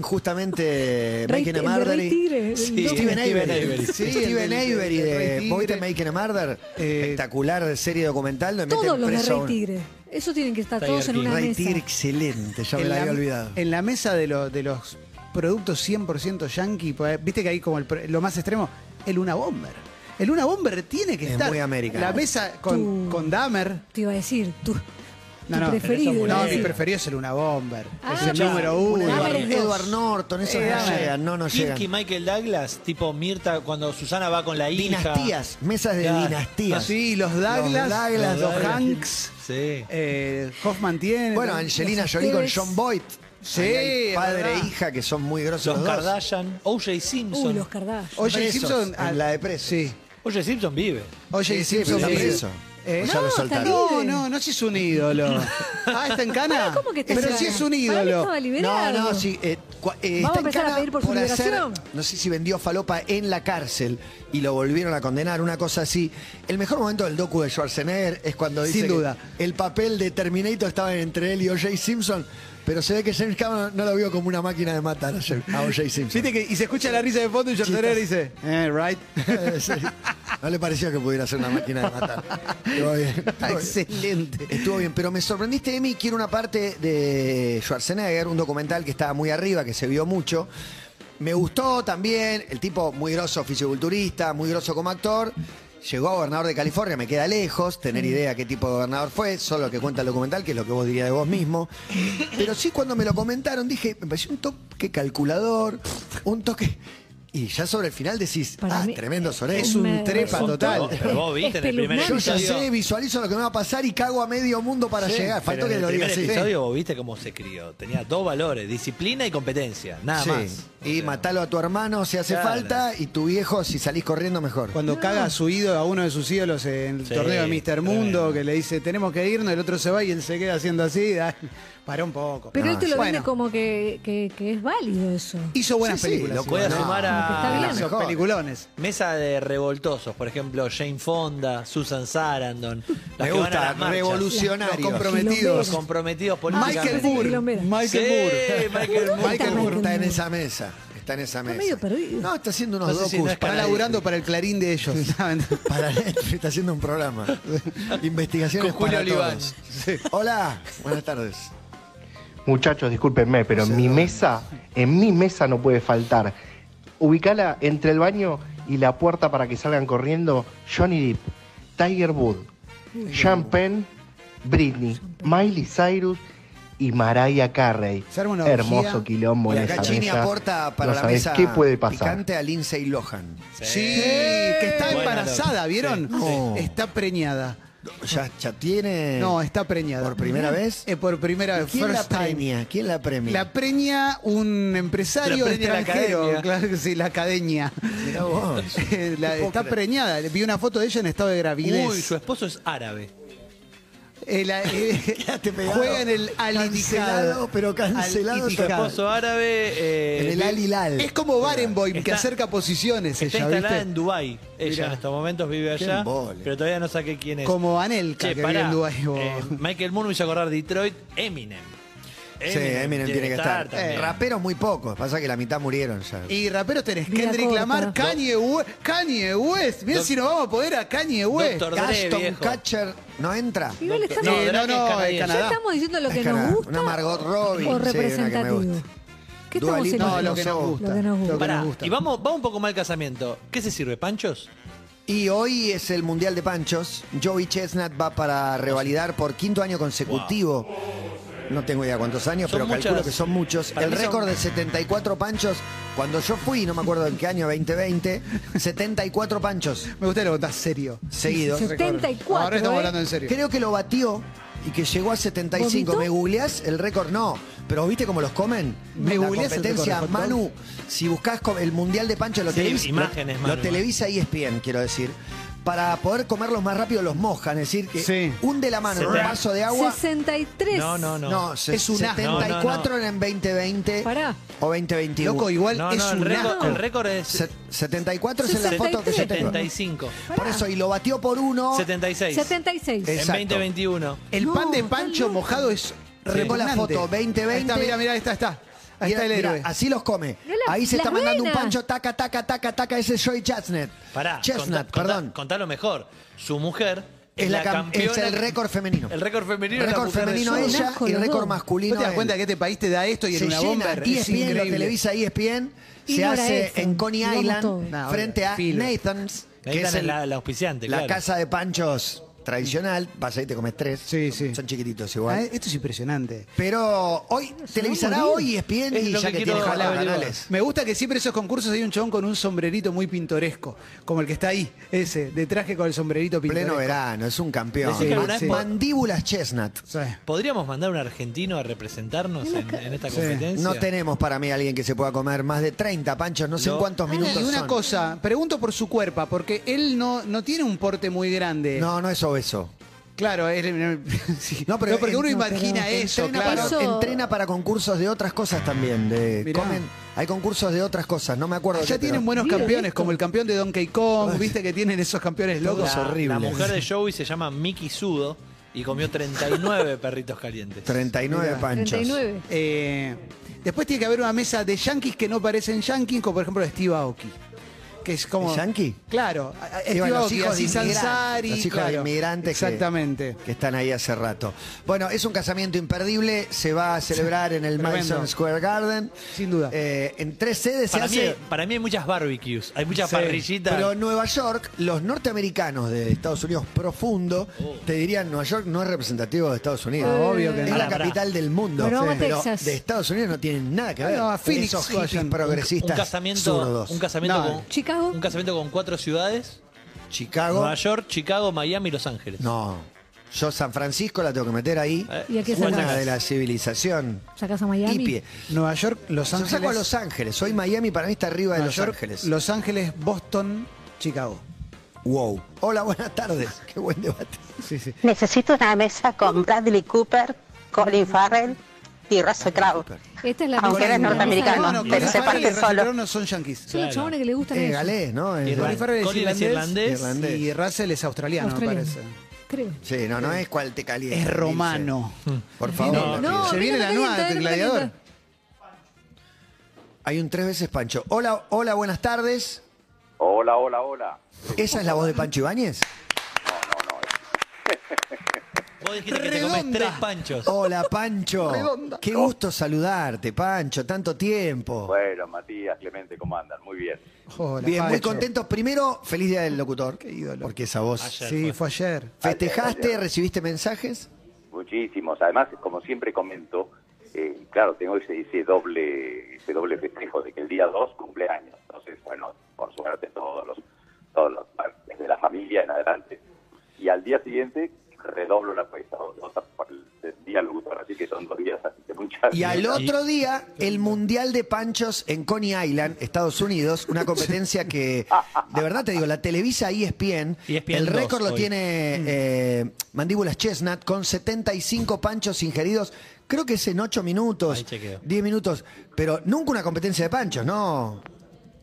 S3: injustamente
S6: Rey-
S3: Making a
S6: el de Rey
S3: Murder. y-
S6: Tigre, el
S3: Sí,
S6: docu-
S3: Steven
S5: Steven
S3: Avery.
S5: Avery.
S4: Sí, el
S3: Steven
S4: del-
S3: Avery
S4: el Rey
S3: de
S4: Tigre.
S3: Boy Making a Murder.
S4: Eh,
S3: Espectacular serie documental. Donde
S6: Todos
S3: meten
S6: los de
S3: preso a
S6: Rey
S3: un-
S6: Tigre. Eso tienen que estar
S5: Tiger
S6: todos en
S5: King.
S6: una
S3: Rey
S6: mesa.
S3: Tigre, excelente. Ya me la había olvidado.
S4: en la mesa de, lo- de los productos 100% yankee, pues, viste que ahí como el pro- lo más extremo, el Una Bomber. El Una Bomber tiene que
S3: Es
S4: estar.
S3: muy americano.
S4: La mesa con,
S6: Tú.
S4: con Dahmer.
S6: Te iba a decir, tu,
S4: No,
S6: tu
S4: no,
S6: preferido.
S5: pero eso es muy
S6: iba a
S4: No, mi
S5: Sí.
S6: decir.
S4: preferido es el Una Bomber.
S6: Ah,
S4: es el
S5: ya.
S4: número
S3: Un
S4: uno.
S6: Dahmer
S3: Edward,
S6: es dos.
S3: Edward Norton, esos
S4: Eh,
S3: no
S4: Dahmer.
S3: llegan, no nos
S5: Kirk y
S3: llegan.
S5: Michael Douglas, tipo Mirta, cuando Susana va con la hija.
S3: Dinastías, mesas de
S5: Claro.
S3: dinastías.
S4: Sí, los Douglas, los,
S3: Douglas, los Douglas.
S4: Hanks,
S5: Sí.
S4: eh, Hoffman tiene.
S3: Bueno, Angelina Jolie con
S6: ustedes.
S3: John Boyd.
S4: Sí,
S3: Ahí hay
S4: es
S3: padre e
S4: verdad.
S3: hija que son muy grosos
S5: Los
S3: los, dos.
S5: Kardashian. O.J. Simpson.
S6: Uy, los Kardashian.
S4: Oye,
S3: Presos,
S4: Simpson.
S3: en la de presos.
S4: Sí.
S5: O.J. Simpson vive.
S3: Sí,
S4: Oye,
S3: sí, pero
S4: Simpson
S3: está
S4: sí.
S3: preso.
S4: Eh,
S3: O ya
S6: no,
S3: lo
S6: está
S3: soltaron.
S4: No,
S6: libre.
S4: no, no si es un ídolo. Ah, está en cana.
S6: ¿Cómo que está
S4: Pero
S6: en
S4: sí
S6: cana?
S4: es un
S6: Para mí
S4: ídolo.
S6: estaba
S3: No,
S6: liberado.
S3: no, sí. eh, cua- eh,
S6: Vamos
S3: está
S6: a
S3: en
S6: empezar a
S3: cana
S6: pedir por su
S3: por hacer,
S6: liberación.
S3: no sé si vendió falopa en la cárcel y lo volvieron a condenar, una cosa así. El mejor momento del docu de Schwarzenegger es cuando dice
S4: Sin
S3: que
S4: duda.
S3: el papel de Terminator estaba entre él y O.J. Simpson, pero se ve que James Cameron no lo vio como una máquina de matar a James- a
S4: <laughs>
S3: O.J. Simpson.
S4: Viste que y se escucha la risa de fondo y Schwarzenegger dice, eh, right.
S3: <laughs> Sí. No le parecía que pudiera ser una máquina de matar. Estuvo bien. estuvo bien.
S4: Excelente.
S3: Estuvo bien, pero me sorprendiste, Emi, quiero una parte de Schwarzenegger, un documental que estaba muy arriba, que se vio mucho. Me gustó también, el tipo muy grosso fisiculturista, muy grosso como actor. Llegó a gobernador de California, me queda lejos tener idea qué tipo de gobernador fue, solo lo que cuenta el documental, que es lo que vos dirías de vos mismo. Pero sí, cuando me lo comentaron, dije, me pareció un toque calculador, un toque Y ya sobre el final decís,
S6: Para
S3: ah,
S6: mí-
S3: tremendo Sorel.
S4: Es un
S6: Me-
S4: trepa
S5: Son
S4: total.
S5: todos, Pero vos viste en el primer
S3: Yo ya
S5: episodio.
S3: sé, visualizo lo que me va a pasar y cago a medio mundo para
S5: Sí,
S3: llegar. Eh, Faltó
S5: pero
S3: que
S5: en
S3: lo
S5: el
S3: diga así.
S5: primer episodio vos viste cómo se crió. Tenía dos valores, disciplina y competencia. Nada
S3: Sí.
S5: más.
S3: Y matalo a tu hermano si hace
S5: Claro.
S3: falta y tu viejo si salís corriendo mejor.
S4: Cuando caga a su ídolo, a uno de sus ídolos en el
S5: Sí,
S4: torneo de Mister Mundo,
S5: tremendo.
S4: que le dice tenemos que irnos, el otro se va y él se queda haciendo así, da- para un poco. Ah,
S6: Pero él te lo
S4: Bueno,
S6: vende como que, que- que es válido eso.
S4: Hizo buenas
S3: Sí, sí,
S4: películas.
S5: Lo puede
S4: igual.
S5: sumar
S6: Está
S5: a
S6: bien.
S4: Hizo
S3: mejor.
S4: peliculones.
S5: mesa de revoltosos. Por ejemplo, Jane Fonda, Susan Sarandon. Las
S3: Me
S5: que van a
S3: gusta,
S5: las marchas.
S3: revolucionarios.
S4: Los comprometidos.
S5: Los comprometidos políticamente.
S4: Michael
S6: parece
S4: Moore.
S6: quilombera.
S4: Michael
S5: Sí,
S4: Moore.
S3: <laughs>
S5: Michael Moore.
S3: Michael Moore está en
S6: Moore.
S3: esa mesa. Está en esa mesa.
S6: medio perdido.
S3: No, está haciendo unos
S5: No sé si
S3: docus.
S5: no es
S4: Está
S5: Para
S4: laburando para el clarín de ellos. ¿saben?
S3: Para Netflix, <laughs> está haciendo un programa.
S5: <laughs>
S3: Investigaciones
S5: Con Julio
S3: para
S5: Oliván.
S3: todos. Hola, buenas tardes.
S11: Muchachos, discúlpenme, pero en mi mesa, en mi mesa no puede faltar. Ubicala entre el baño y la puerta para que salgan corriendo Johnny Depp, Tiger Wood, Sean Penn, Britney, Miley Cyrus y Mariah Carey.
S4: Se arma una orgía.
S11: Hermoso quilombo
S3: Y
S11: en
S3: acá
S11: esa
S3: Chini
S11: mesa.
S3: aporta para
S11: no
S3: la
S11: sabés
S3: mesa
S11: qué puede pasar.
S3: picante a Lindsay Lohan.
S4: Sí, que está
S5: Buena
S4: embarazada,
S5: loca.
S4: ¿vieron?
S3: Sí. No.
S4: Está preñada.
S3: Ya, ya tiene...
S4: No, está preñada.
S3: ¿Por primera vez?
S4: Eh, por primera
S3: ¿Y
S4: vez.
S3: ¿Quién la
S4: first time.
S3: premia? ¿Quién la premia?
S4: La preña un empresario
S5: La preña la
S4: extranjero.
S5: academia.
S4: claro que sí, la academia.
S3: Mirá vos.
S4: Eh, <laughs> la-
S3: No puedo
S4: está
S3: creer.
S4: preñada. Vi una foto de ella en estado de gravidez.
S5: Uy, su esposo es árabe.
S4: Eh, la- eh,
S3: Quédate pegado.
S4: juega en el al
S3: Cancelado, pero cancelado
S5: Su esposo árabe. eh,
S3: En el Al Hilal.
S4: Es como Barenboim, que
S5: Está-
S4: acerca posiciones
S5: Está
S4: ella,
S5: instalada
S4: ¿viste?
S5: en Dubái. Ella
S4: Mirá.
S5: en estos momentos vive
S3: Qué
S5: allá.
S3: embole.
S5: Pero todavía no saqué quién es.
S4: Como Anelka,
S5: Che,
S4: que
S5: pará.
S4: vive en Dubái. vos.
S5: Eh, Michael Moore me hizo acordar Detroit, Eminem.
S3: Sí, Eminem tiene que estar. Eh,
S5: también.
S3: Raperos muy pocos, pasa que la mitad murieron ya.
S4: y raperos tenés
S6: Mira,
S4: Kendrick
S6: corta.
S4: Lamar, Kanye West. Kanye West. Mirá
S5: Doc-
S4: si nos vamos a poder a Kanye West.
S5: Doctor Dre,
S3: Gaston
S5: viejo.
S3: Catcher no entra.
S6: Igual
S5: Doctor-
S6: estamos,
S5: No,
S4: Eh,
S5: Drake
S4: no,
S5: es
S4: no,
S5: canadiense.
S4: en
S6: ya
S4: Canadá.
S6: estamos diciendo lo que
S3: Es
S6: nos
S3: Canadá.
S6: gusta.
S3: Una Margot Robbie, sí,
S6: O
S3: una que me
S6: representativo.
S3: gusta.
S6: ¿Qué
S3: Dua
S6: estamos
S3: Lipa,
S4: No,
S6: eligiendo?
S4: lo que nos gusta.
S6: Lo que nos gusta.
S4: Lo que
S5: Pará,
S4: nos gusta.
S5: y vamos, vamos un poco mal casamiento. ¿Qué se sirve, panchos?
S3: Y hoy es el Mundial de Panchos. Joey Chestnut va para revalidar por quinto año consecutivo. No tengo idea cuántos años,
S5: Son
S3: pero calculo
S5: muchas-
S3: que son muchos.
S5: para
S3: El
S5: mí son-
S3: récord de 74 panchos, cuando yo fui, no me acuerdo en qué año, 2020, 74 panchos
S4: Me gusta que lo contás serio.
S3: seguidos.
S6: 74.
S4: Ahora estamos
S6: ¿eh?
S4: hablando en serio.
S3: Creo que lo batió y que llegó a 75.
S6: ¿Vomitó?
S3: ¿Me googleás? El récord no. Pero ¿viste cómo los comen?
S4: ¿Me
S3: La
S4: googleás el
S3: competencia,
S4: récord,
S3: Manu, si buscás co- el Mundial de Pancho, lo,
S5: Sí,
S3: televisa,
S5: imágenes,
S3: lo,
S5: Manu.
S3: lo televisa E ESPN, quiero decir. Para poder comerlos más rápido los mojan. Es decir, que
S4: Sí.
S3: hunde la mano en un
S5: Setenta-
S3: vaso de agua.
S6: 63.
S5: No, no, no.
S3: No, se-
S4: Es un asco.
S3: 74
S5: No,
S3: en 2020
S6: Pará.
S3: o 2021.
S4: Loco, igual
S5: No,
S4: es
S5: no, el
S4: un
S5: récord,
S4: asco.
S5: el récord es
S3: Se- 74 es en la foto que yo tengo.
S6: 73.
S5: 75.
S3: Por eso, y lo batió por uno.
S5: 76.
S6: 76.
S5: En
S3: Exacto.
S5: 2021.
S4: El
S6: No,
S4: pan de
S6: está
S4: pancho
S6: loco.
S4: mojado es
S3: Pongo la
S4: repugnante.
S3: foto, 2020.
S4: Ahí está, mira, mira, ahí está, está. Ahí
S3: Mirá,
S4: está el
S3: mirá,
S4: héroe.
S3: así los come.
S6: Mirá la-
S3: Ahí se
S6: las
S3: está mandando un
S6: venas.
S3: pancho, taca, taca, taca, taca. Ese es Joey Chestnut.
S5: Pará.
S3: Chestnut,
S5: contá-
S3: perdón.
S5: contá- Contalo mejor. Su mujer es,
S3: Es la
S5: la,
S3: cam- es
S5: campeona.
S3: el récord femenino.
S5: El récord femenino. es la
S3: récord
S5: mujer de
S3: femenino
S5: Joe.
S6: Joe.
S3: ella
S6: Asco,
S3: y
S6: los
S3: récord
S6: dos.
S4: ¿No
S3: masculino
S4: te das
S3: él.
S4: cuenta que este país te da esto y
S3: se
S4: en una
S3: llena, E
S4: bomba? Es
S3: ESPN, lo
S4: increíble.
S3: televisa E ESPN,
S6: Y
S3: se
S6: no era
S3: hace
S6: eso,
S3: en Coney
S6: digamos
S3: Island
S6: todo.
S4: No,
S3: frente a
S4: filo.
S3: Nathan's,
S5: Nathan
S3: que es
S5: es
S3: el-
S5: la- la auspiciante,
S3: la
S5: claro.
S3: casa de panchos tradicional. Vas ahí y te comes tres.
S4: Sí, sí.
S3: Son chiquititos
S4: Ah,
S3: igual.
S4: esto es impresionante.
S3: Pero hoy televisará
S6: morir.
S3: hoy E ESPN
S5: Es
S3: y
S5: lo
S3: ya
S5: que
S3: que,
S5: quiero
S3: tiene ojalá
S5: averiguar.
S3: canales.
S4: Me gusta que siempre esos concursos hay un chabón con un sombrerito muy pintoresco, como el que está ahí, ese, de traje con el sombrerito pintoresco.
S3: Pleno verano, es un campeón.
S5: Decís
S4: que
S3: Ma-
S4: alguna vez-
S3: Mandíbulas Chestnut.
S4: Sí.
S5: ¿Podríamos mandar un argentino a representarnos en, en esta competencia?
S3: No tenemos para mí alguien que se pueda comer más de 30 panchos, no sé en
S5: No.
S3: cuántos minutos.
S4: Ah, Y una
S3: son.
S4: cosa, pregunto por su cuerpo, porque él no, no tiene un porte muy grande.
S3: No, no es obeso.
S4: Claro, él- <laughs> sí.
S3: No, pero-
S4: porque uno
S3: no,
S4: imagina
S6: pero
S4: eso,
S3: entrena,
S4: claro.
S3: para,
S6: Eso-
S3: entrena para concursos de otras cosas también. De,
S4: Mirá. Ah,
S3: comen, hay concursos de otras cosas, no me acuerdo.
S4: Ya
S3: qué,
S4: tienen
S3: pero-
S4: buenos
S6: Mira
S4: campeones,
S6: esto.
S4: como el campeón de Donkey Kong, viste que tienen esos campeones
S5: La,
S4: locos.
S5: la
S3: horribles.
S5: mujer
S3: <laughs>
S5: de Joey se llama Mickey Sudo y comió 39 <laughs> perritos calientes.
S3: 39 panchos.
S6: 39.
S4: Eh, después tiene que haber una mesa de yankees que no parecen yankees, como por ejemplo Steve Aoki. que es como.
S3: ¿Es yankee?
S4: Claro. a- a-
S3: Iban
S4: Steve
S3: los
S4: Aoki,
S3: hijos, de
S4: Aziz
S3: inmigrantes,
S4: Ansari.
S3: los hijos de
S4: claro,
S3: inmigrantes que-
S4: Exactamente.
S3: que están ahí hace rato. Bueno, es un casamiento imperdible, se va a celebrar en el
S4: Tremendo.
S3: Madison Square Garden.
S4: Sin duda.
S3: Eh, en tres sedes
S5: Para
S3: se
S5: mí,
S3: hace.
S5: para mí hay muchas barbecues, hay muchas
S4: Sí,
S5: parrillitas.
S3: Pero en Nueva York, los norteamericanos de Estados Unidos profundo
S5: Oh.
S3: te dirían Nueva York no es representativo de Estados Unidos.
S4: Ah, obvio que
S3: es
S4: no.
S3: la
S5: Pará, pará.
S3: capital del mundo.
S6: Pero vamos a
S3: pero
S6: Texas.
S3: de Estados Unidos no tienen nada que
S4: Ah,
S3: ver.
S4: no, a Phoenix
S3: Esos hippies
S4: vayan. Un- un
S3: progresistas
S5: un casamiento,
S3: zurdos.
S5: un casamiento
S4: No.
S5: con
S6: Chicago.
S5: un casamiento con cuatro ciudades,
S3: Chicago.
S5: Nueva York, Chicago, Miami y Los Ángeles.
S3: No. Yo San Francisco la tengo que meter ahí.
S5: Eh,
S6: ¿Y a qué
S3: Una
S6: sacás?
S3: de la civilización.
S6: ¿Sacás a Miami?
S3: Hippie.
S4: Nueva York, Los
S3: Yo
S4: Ángeles.
S3: saco a Los Ángeles. Hoy Miami para mí está arriba de
S4: Nueva
S3: Los
S4: York,
S3: Ángeles.
S4: Los Ángeles, Boston, Chicago.
S3: Wow. Hola, buenas tardes. <laughs> Qué buen debate.
S4: Sí, sí.
S12: Necesito una mesa con Bradley Cooper, Colin Farrell y Russell Crowe.
S6: Esta es la
S12: Aunque
S6: mesa
S12: eres
S6: de-
S12: Ah, norteamericano,
S6: la mesa de-
S12: pero se
S4: Farrell y
S12: parte solo.
S4: Crowe no son yanquis.
S6: Son los chabones que le
S4: Eh,
S6: gustan
S3: Es
S6: eso.
S3: Eh, galés, ¿no? Es-
S5: Irlandés.
S4: Colin Farrell es
S5: Colin es
S4: irlandés,
S5: irlandés.
S3: Irlandés.
S4: y Russell es australiano,
S6: Australiano.
S4: me parece.
S6: Creo.
S3: Sí, no, no es cual te caliente.
S4: Es romano.
S3: Ilse. Por favor.
S5: No,
S3: la
S6: Eh, no.
S3: pido.
S4: Se viene
S6: no
S4: la
S6: me
S4: nueva del
S6: calienta, no me
S4: gladiador.
S6: calienta.
S3: Hay un tres veces Pancho. Hola, hola, buenas tardes.
S13: Hola, hola, hola.
S3: ¿Esa es la voz de Pancho Ibáñez?
S5: Vos dijiste que te comes tres panchos.
S3: Hola, Pancho. Qué gusto saludarte, Pancho. Tanto tiempo.
S13: Bueno, Matías, Clemente, ¿cómo andan? Muy bien.
S4: Hola,
S3: Bien, muy
S4: Pancho.
S3: contento. Primero, feliz día del locutor. Qué ídolo. Porque esa voz.
S5: Ayer.
S4: Sí, fue ayer.
S3: ¿Festejaste? ¿Recibiste mensajes?
S13: Muchísimos. Además, como siempre comento, eh, claro, tengo ese, ese doble ese doble festejo de que el día 2 cumpleaños. Entonces, bueno, por suerte todos los, todos los desde la familia en adelante. Y al día siguiente redoblo la cuesta, o- o sea, por el, el día locutor, así que son dos días así de muchas.
S3: Y al otro día, el Mundial de Panchos en Coney Island, Estados Unidos, una competencia que, de verdad te digo, la televisa E ESPN,
S5: ESPN
S3: el récord
S5: dos
S3: lo
S5: hoy.
S3: tiene eh, Mandíbulas Chestnut con 75 panchos ingeridos, creo que es en 8 minutos,
S5: Ahí chequeo.
S3: 10 minutos, pero nunca una competencia de panchos, ¿no?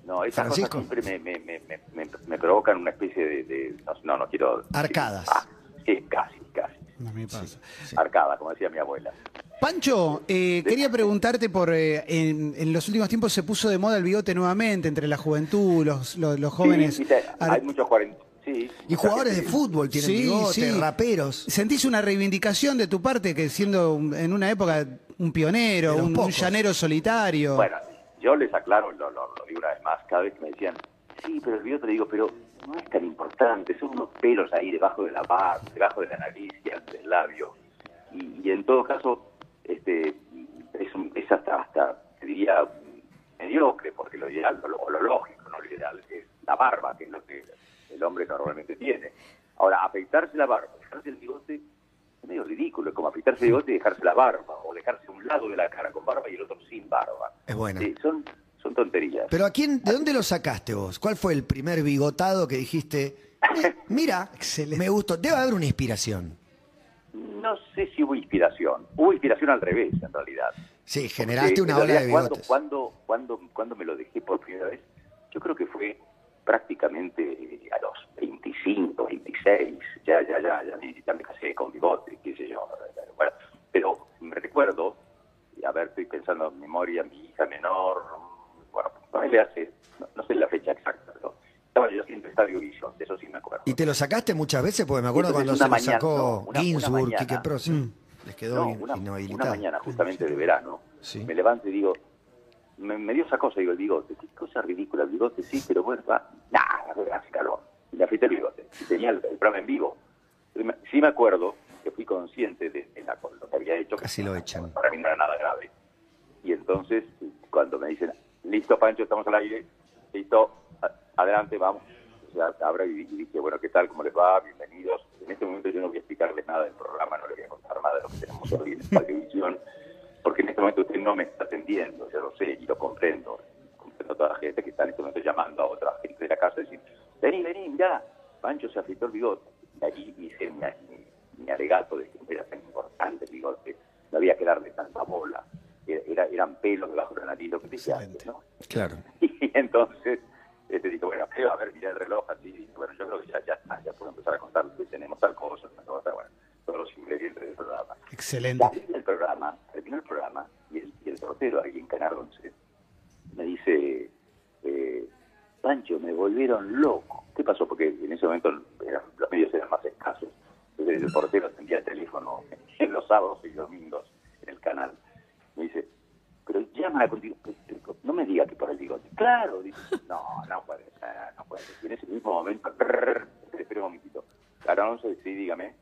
S13: No, esas
S3: Francisco.
S13: cosas siempre me, me, me, me, me provocan una especie de, de- no, no quiero...
S3: Arcadas.
S13: Ah, sí, casi, casi.
S4: No me pasa.
S13: Arcada, como decía mi abuela.
S4: Pancho, eh, quería preguntarte por eh, en, en los últimos tiempos se puso de moda el bigote nuevamente entre la juventud, los, los, los jóvenes.
S13: Sí, viste,
S4: Ar-
S13: hay muchos cuarenta. Sí.
S3: Y jugadores de fútbol tienen
S4: Sí,
S3: bigotes,
S4: sí.
S3: raperos.
S4: ¿Sentís una reivindicación de tu parte que siendo un- en una época un pionero,
S3: De los
S4: un, un
S3: pocos.
S4: llanero solitario?
S13: Bueno, yo les aclaro, lo, lo, lo digo una vez más, cada vez que me decían, sí, pero el bigote, te digo, pero no es tan importante, son unos pelos ahí debajo de la barba, debajo de la nariz y antes del labio. Y, y en todo caso, este, es, un- es hasta, hasta, te diría, mediocre, porque lo ideal, o lo, o lo lógico, no lo ideal, es la barba, que es lo que el hombre normalmente tiene. Ahora, afeitarse la barba, dejarse el bigote, es medio ridículo, es como afeitarse el bigote y dejarse la barba, o dejarse un lado de la cara con barba y el otro sin barba.
S3: Es buena.
S13: Sí, son, son tonterías.
S3: Pero ¿a quién, de dónde lo sacaste vos? ¿Cuál fue el primer bigotado que dijiste, "Eh, mira, me gustó, debe haber una inspiración?
S13: No sé si hubo inspiración. Hubo inspiración al revés, en realidad.
S3: Sí, generaste
S13: Porque,
S3: una
S13: en
S3: ola de
S13: realidad, cuando-
S3: bigotes.
S13: Cuando, cuando, cuando me lo dejé por primera vez, yo creo que fue prácticamente eh, a los 25, 26, ya, ya, ya, ya, me- ya me casé con bigote, qué sé yo. Bueno, pero me recuerdo, y a ver, estoy pensando en memoria, mi hija menor, bueno, ponele hace, no, no sé la fecha exacta, pero estaba yo siempre Estadio Visión, de eso sí me acuerdo.
S3: ¿Y te lo sacaste muchas veces? Porque me acuerdo cuando
S13: Entonces,
S3: se lo
S13: una mañana,
S3: sacó
S13: no, una- una
S3: Ginsburg,
S13: mañana.
S3: Quique Proce.
S4: Mm.
S3: Les quedó
S13: No,
S3: in-
S13: una, una
S3: inhabilitado.
S13: mañana justamente de verano,
S3: Sí.
S13: me levanto y digo, me, me dio esa cosa, digo, el bigote, qué cosa ridícula, el bigote sí, pero bueno, va, nada, hace calor. Y le afeité el bigote, y tenía el, el programa en vivo. Y me- Sí me acuerdo que fui consciente de, de la, lo que había hecho. que
S3: Casi lo echan.
S13: Para mí no era nada grave. Y entonces, cuando me dicen, listo, Pancho, estamos al aire, listo, a- adelante, vamos. O sea, abro y, y dije, bueno, ¿qué tal? ¿Cómo les va? Bienvenidos. En este momento yo no voy a explicarles nada del programa, no les voy a contar nada de lo que tenemos hoy en
S3: <laughs>
S13: la televisión, porque en este momento usted no me está atendiendo, yo lo sé y lo comprendo. Comprendo a toda la gente que está en este momento llamando a otra gente de la casa y decir, vení, vení, mirá, Pancho se afeitó el bigote. Y ahí hice mi, mi- mi alegato de que era tan importante el bigote, no había que darle tanta bola. Era- era- eran pelos debajo de la nariz, lo que te dije antes, ¿no? <laughs>
S3: Claro.
S13: Y entonces este, digo, bueno, pero a ver, mirá el reloj así. digo, Bueno, yo creo que ya, ya está, ya puedo empezar a contar lo que tenemos, tal cosa, tal cosa, bueno, todos los ingredientes del programa.
S4: Excelente.
S13: Termina el programa, terminó el programa y el, y el portero ahí en Canal 11 me dice, eh, Pancho, me volvieron loco. ¿Qué pasó? Porque en ese momento eran- los medios eran más escasos. Entonces el portero tendría el teléfono <laughs> en los sábados y domingos en el canal. Me dice, pero llama a contigo. eh, pues, No me diga que por el bigote. Claro, dice, no, no puede ser, no puede ser. Y en ese mismo momento, <laughs> prrr, espera un momentito. Alonso, sí, dígame.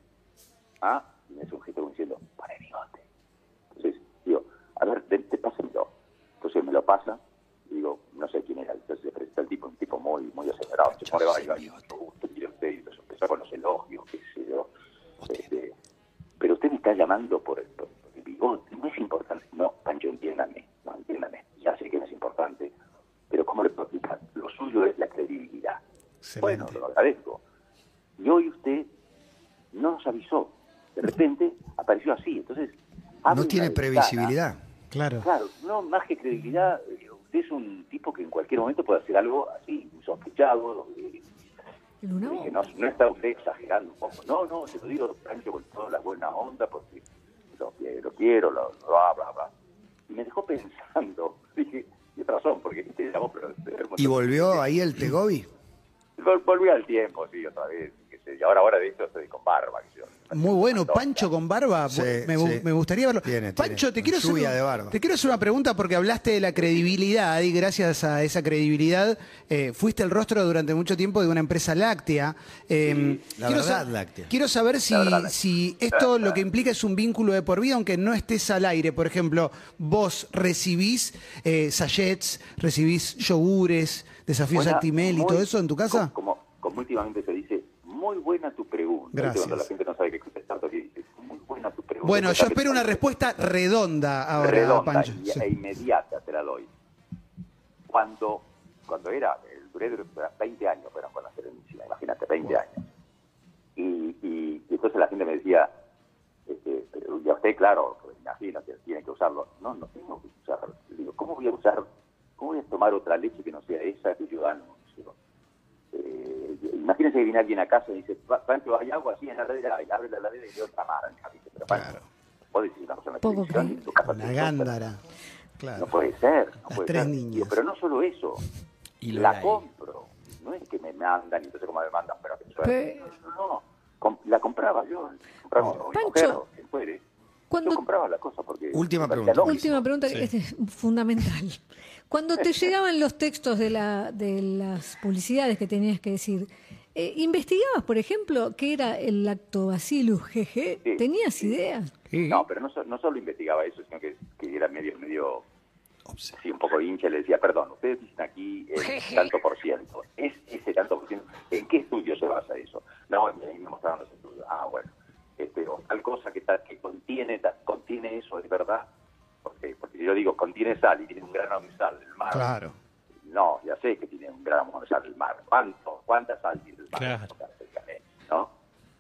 S13: Ah, y me hace un gesto como diciendo, por el bigote. Entonces, digo, a ver, te, te pásamelo. Entonces me lo pasa, y digo, no sé quién era, entonces se presenta el tipo, un tipo muy, muy acelerado, se pone va, y va, y "Mucho gusto, mire usted", y los empezó con los elogios, qué sé yo. Este, pero usted me está llamando por el, por- por el bigote, no es importante. No, Pancho, entiéndame, no, entiéndame, ya sé que no es importante, pero ¿cómo le puedo explicar? Lo suyo es la credibilidad. Bueno, lo agradezco. Y hoy usted no nos avisó, de repente apareció así, entonces... abre
S3: No
S13: una
S3: tiene
S13: ventana.
S3: previsibilidad.
S4: Claro.
S13: Claro, no, más que credibilidad, eh, usted es un tipo que en cualquier momento puede hacer algo así, insospechado. eh, que no, no está usted exagerando un poco. No, no, se lo digo, Pancho, con toda la buena onda, porque lo, que- lo quiero, lo, lo habla, habla. Y me dejó pensando. <laughs> Dije, tiene razón, porque te llamó, pero... este
S3: ¿Y volvió ahí el Tegobi?
S13: Vol- Volví al tiempo, sí, otra vez. qué sé yo. ahora, ahora de hecho estoy con barba, que yo.
S4: Muy bueno, Pancho con barba.
S13: Sí,
S4: me, gu-
S13: sí.
S4: me gustaría verlo. Pancho, te quiero, hacer,
S3: Lluvia
S4: un-
S3: de barba.
S4: te quiero hacer una pregunta porque hablaste de la credibilidad y gracias a esa credibilidad eh, fuiste el rostro durante mucho tiempo de una empresa láctea. Eh,
S3: la
S4: quiero
S3: verdad
S4: sa-
S3: láctea.
S4: Quiero saber si, si esto lo que implica es un vínculo de por vida, aunque no estés al aire. Por ejemplo, vos recibís eh, sachets, recibís yogures, desafíos
S13: Buena,
S4: Actimel y
S13: muy-
S4: todo eso en tu casa.
S13: Como, como últimamente se dice, muy buena tu pregunta. ¿Viste
S4: Gracias.
S13: Cuando la gente no sabe qué contestar, porque dice, muy buena tu pregunta.
S4: Bueno, yo espero una respuesta redonda ahora,
S13: redonda
S4: Pancho.
S13: y-
S4: Sí.
S13: e inmediata te la doy. Cuando, cuando era, el duré durante 20 años, fueron con la serenísima, imagínate, 20 años. Y, y- y entonces la gente me decía, este, pero ya usted, claro, pues, imagino que tiene que usarlo. No, no tengo que usarlo. Le digo, ¿cómo voy a usar? ¿Cómo voy a tomar otra leche que no sea esa que yo gano? Digo, eh, imagínense que viene alguien a casa y dice, "Pa- Pancho, hay agua así en la heladera, y abre la heladera y de otra marca. Dice, pero Pancho, vos decís una cosa en la
S4: Poco
S13: televisión y en tu casa
S4: La
S13: te-
S4: gándara.
S13: no puede ser. No
S4: Las
S13: puede
S4: tres
S13: ser.
S4: niñas.
S13: Digo, pero no solo eso.
S4: lo
S13: la
S4: hay.
S13: compro. No es que me mandan, y entonces como me mandan, pero que suerte.
S6: Pe-
S13: No, com- la compraba yo. Compraba mi mujer, o quien fuere. Yo compraba la cosa porque...
S3: Última
S13: me
S3: pregunta.
S13: parecía lógico.
S6: Última pregunta, que este es fundamental. Cuando
S13: <laughs>
S6: te llegaban los textos de, la, de las publicidades que tenías que decir, eh, ¿investigabas, por ejemplo, qué era el lactobacillus GG?
S13: Sí,
S6: ¿Tenías idea?
S13: No, pero no, so- no solo investigaba eso, sino que, que era medio, medio, sí, un poco hincha, le decía, perdón, ustedes dicen aquí el tanto por ciento, es ese tanto por ciento, ¿en qué estudio se basa eso? No, y ahí me mostraron los estudios, ah, bueno, este, o tal cosa que, tal- que contiene, tal- contiene eso, es verdad, porque, porque yo digo, contiene sal y tiene un grano de sal del mar.
S4: Claro.
S13: No, ya sé que tiene un gramo de sal del mar, ¿cuánto? ¿Cuánta sal tiene el mar? ¿no?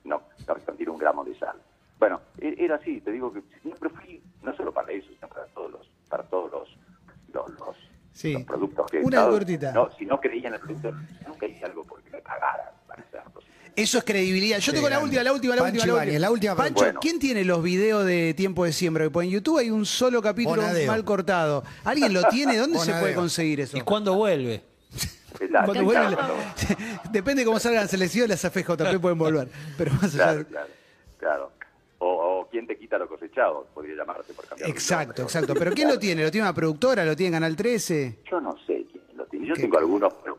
S13: No, no, contiene un gramo de sal. Bueno, e- era así, te digo que siempre fui, no solo para eso, sino para todos los, para todos los, los, los
S4: Sí.
S13: productos que
S4: Una
S13: no,
S4: cortita.
S13: No, si no creía en el producto, nunca hice algo porque me pagaran para hacerlo.
S4: Eso es credibilidad. Yo
S13: Qué
S4: tengo la
S13: grande.
S4: última, la última, la
S13: Pancho
S4: última.
S13: Ibáñez, la última
S4: Pancho,
S13: pregunta.
S4: ¿quién tiene los videos de Tiempo de Siembra? Porque en YouTube hay un solo capítulo
S5: Bonadeo.
S4: mal cortado. ¿Alguien lo tiene? ¿Dónde se
S5: Bonadeo.
S4: puede conseguir eso?
S5: ¿Y cuándo vuelve?
S4: Cuando vuelve- <laughs> Depende cómo salgan las selecciones, las AFJ también pueden volver. Pero más allá de- <laughs>
S13: Claro, claro, claro. O, o quién te quita lo cosechado, podría llamarse por cambiar.
S4: Exacto, exacto. ¿Pero quién lo tiene? ¿Lo tiene una productora? ¿Lo tiene Canal 13?
S13: Yo no sé quién lo tiene. Yo tengo algunos, pero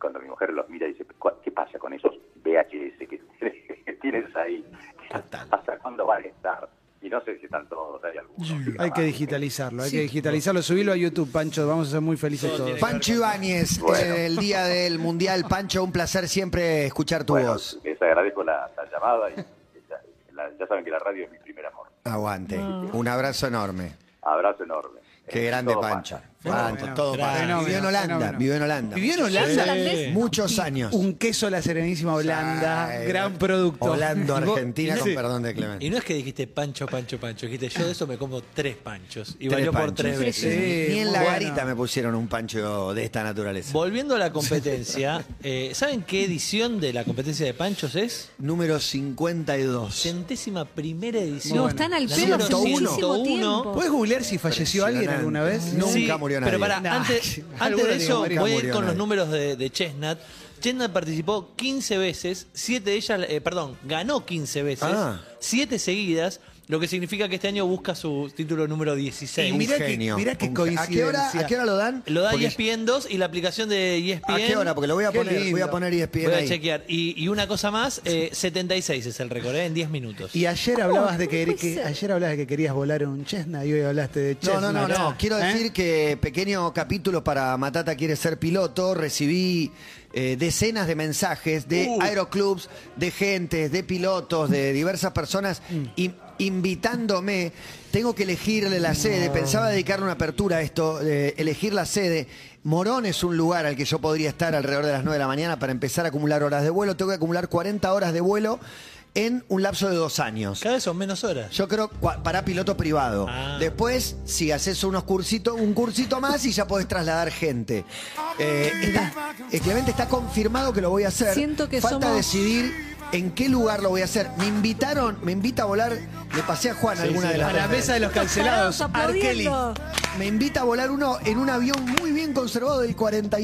S13: cuando mi mujer los mira y dice, "¿Cu- ¿qué pasa con esos VHS que, <laughs> que tienes ahí? ¿Hasta cuándo van a estar? Y no sé si están todos, hay algunos.
S4: Hay que digitalizarlo, hay
S13: Sí.
S4: que digitalizarlo, subirlo a YouTube, Pancho. Vamos a ser muy felices todos.
S3: Pancho Ibáñez, eh,
S13: Bueno.
S3: el día del Mundial. Pancho, un placer siempre escuchar tu
S13: Bueno,
S3: voz.
S13: les agradezco la, la
S3: <laughs>
S13: llamada. Y, la- la- ya saben que la radio es mi primer amor.
S3: Aguante. Un abrazo enorme.
S13: Abrazo enorme. Eh,
S3: Qué grande Pancho. Pancho, todo
S4: Fenómeno,
S3: Pancho. Vivió en
S4: fenómeno,
S3: Holanda,
S4: fenómeno.
S3: vivió en Holanda.
S4: Vivió en Holanda.
S3: Sí. Muchos años.
S4: Un queso a la serenísima Holanda,
S3: Ay,
S4: gran producto.
S3: Holanda,
S4: Y vos-
S3: Argentina,
S4: y-
S3: con
S4: sí.
S3: perdón de Clemente.
S5: Y no es que dijiste pancho, pancho, pancho. Dijiste, yo de eso me como tres panchos. Y
S3: Tres
S5: valió por
S3: panchos.
S5: tres veces.
S3: Sí, Ni en la
S5: Bueno.
S3: garita me pusieron un pancho de esta naturaleza.
S5: Volviendo a la competencia, eh, ¿saben qué edición de la competencia de panchos es?
S3: Número 52.
S5: Centésima primera edición.
S6: No, están al
S5: La
S6: pelo
S5: número
S6: hace muchísimo tiempo.
S3: Pues,
S4: ¿Puedes googlear si falleció alguien alguna vez?
S5: Sí,
S3: murió nadie.
S5: Pero para,
S3: Nah,
S5: antes,
S3: <laughs> alguno
S5: antes de
S3: tiene que
S5: eso,
S3: morir.
S5: voy a
S3: Nunca murió
S5: ir con los
S3: nadie.
S5: números de, de Chestnut. Chestnut participó 15 veces, 7 de ellas, eh, perdón, ganó 15 veces,
S3: Ah.
S5: 7 seguidas, lo que significa que este año busca su título número 16.
S3: Y mirá Un que- genio. mirá que Un genio. ¿A qué hora- coincidencia. a qué hora lo E dan?
S5: Lo da E
S3: Porque-
S5: ESPN 2 y la aplicación de E ESPN.
S3: ¿A qué hora? Porque E lo voy a
S5: Qué
S3: poner,
S5: lindo.
S3: voy a poner E ESPN
S5: Voy a
S3: ahí.
S5: chequear. Y, y una cosa más, eh, 76 es el récord, eh, en 10 minutos.
S4: Y ayer hablabas de que,
S6: puede
S4: que-
S6: ser?
S4: ayer hablabas de que querías volar un chesna y hoy hablaste de chesna.
S3: No, no, no, no. Quiero
S4: ¿Eh?
S3: decir que pequeño capítulo para Matata quiere ser piloto. Recibí eh, decenas de mensajes de aeroclubs, de gentes, de pilotos, de diversas personas in- invitándome. Tengo que elegirle la sede. Pensaba dedicarle una apertura a esto, eh, elegir la sede. Morón es un lugar al que yo podría estar alrededor de las 9 de la mañana para empezar a acumular horas de vuelo. Tengo que acumular 40 horas de vuelo en un lapso de dos años.
S5: Cada vez son menos horas.
S3: Yo creo cua- para piloto privado.
S5: Ah.
S3: Después, si haces unos cursitos, un cursito más y ya podés trasladar gente. Eh, está- eh, Clemente está confirmado que lo voy a hacer.
S6: Siento que
S3: Falta
S6: somos-
S3: decidir en qué lugar lo voy a hacer. Me invitaron, me invita a volar, le pasé a Juan
S4: Sí,
S3: alguna
S4: sí,
S3: de las
S4: a la
S3: veces.
S4: mesa de los cancelados,
S6: Parados
S4: Arkeli.
S6: aplaudiendo.
S3: Me invita a volar uno en un avión muy bien conservado del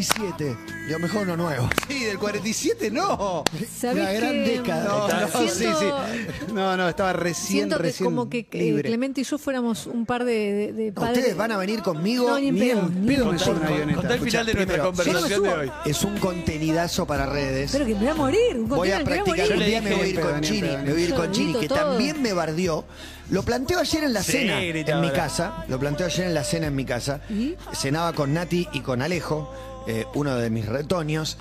S3: 47. Yo mejor uno nuevo.
S4: Sí, del 47 no.
S6: ¿Sabés
S3: La gran
S6: que-
S3: década.
S4: No, no,
S6: Siento-
S4: sí, sí. No, no, estaba recién,
S6: Siento que
S4: recién
S6: como que eh,
S4: libre.
S6: Clemente y yo fuéramos un par de, de- de
S3: No,
S6: padres.
S3: Ustedes van a venir conmigo.
S6: No, ni en
S4: Ni
S6: pedo,
S4: en
S6: ni
S4: pedo
S6: en
S4: me
S6: pedo.
S4: suena una avioneta.
S5: Contá el final de nuestra
S3: Primero,
S5: conversación de
S6: yo no me
S5: hoy.
S3: Es un contenidazo para redes.
S6: Pero que me voy a morir. un
S3: Voy a
S6: contenedor que me
S3: practicar.
S6: morir.
S3: Un día me voy a ir
S4: Yo le
S3: con
S4: dije,
S3: Chini.
S4: Pedro,
S3: Me voy a ir
S6: Yo
S3: con Chini,
S6: grito
S3: que
S6: todo.
S3: también me bardió. Lo planteo ayer en la
S5: Sí,
S3: cena
S5: grita
S3: en mi
S5: ahora.
S3: casa. Lo planteo ayer en la cena en mi casa.
S6: ¿Y?
S3: Cenaba con Nati y con Alejo, eh, uno de mis retoños.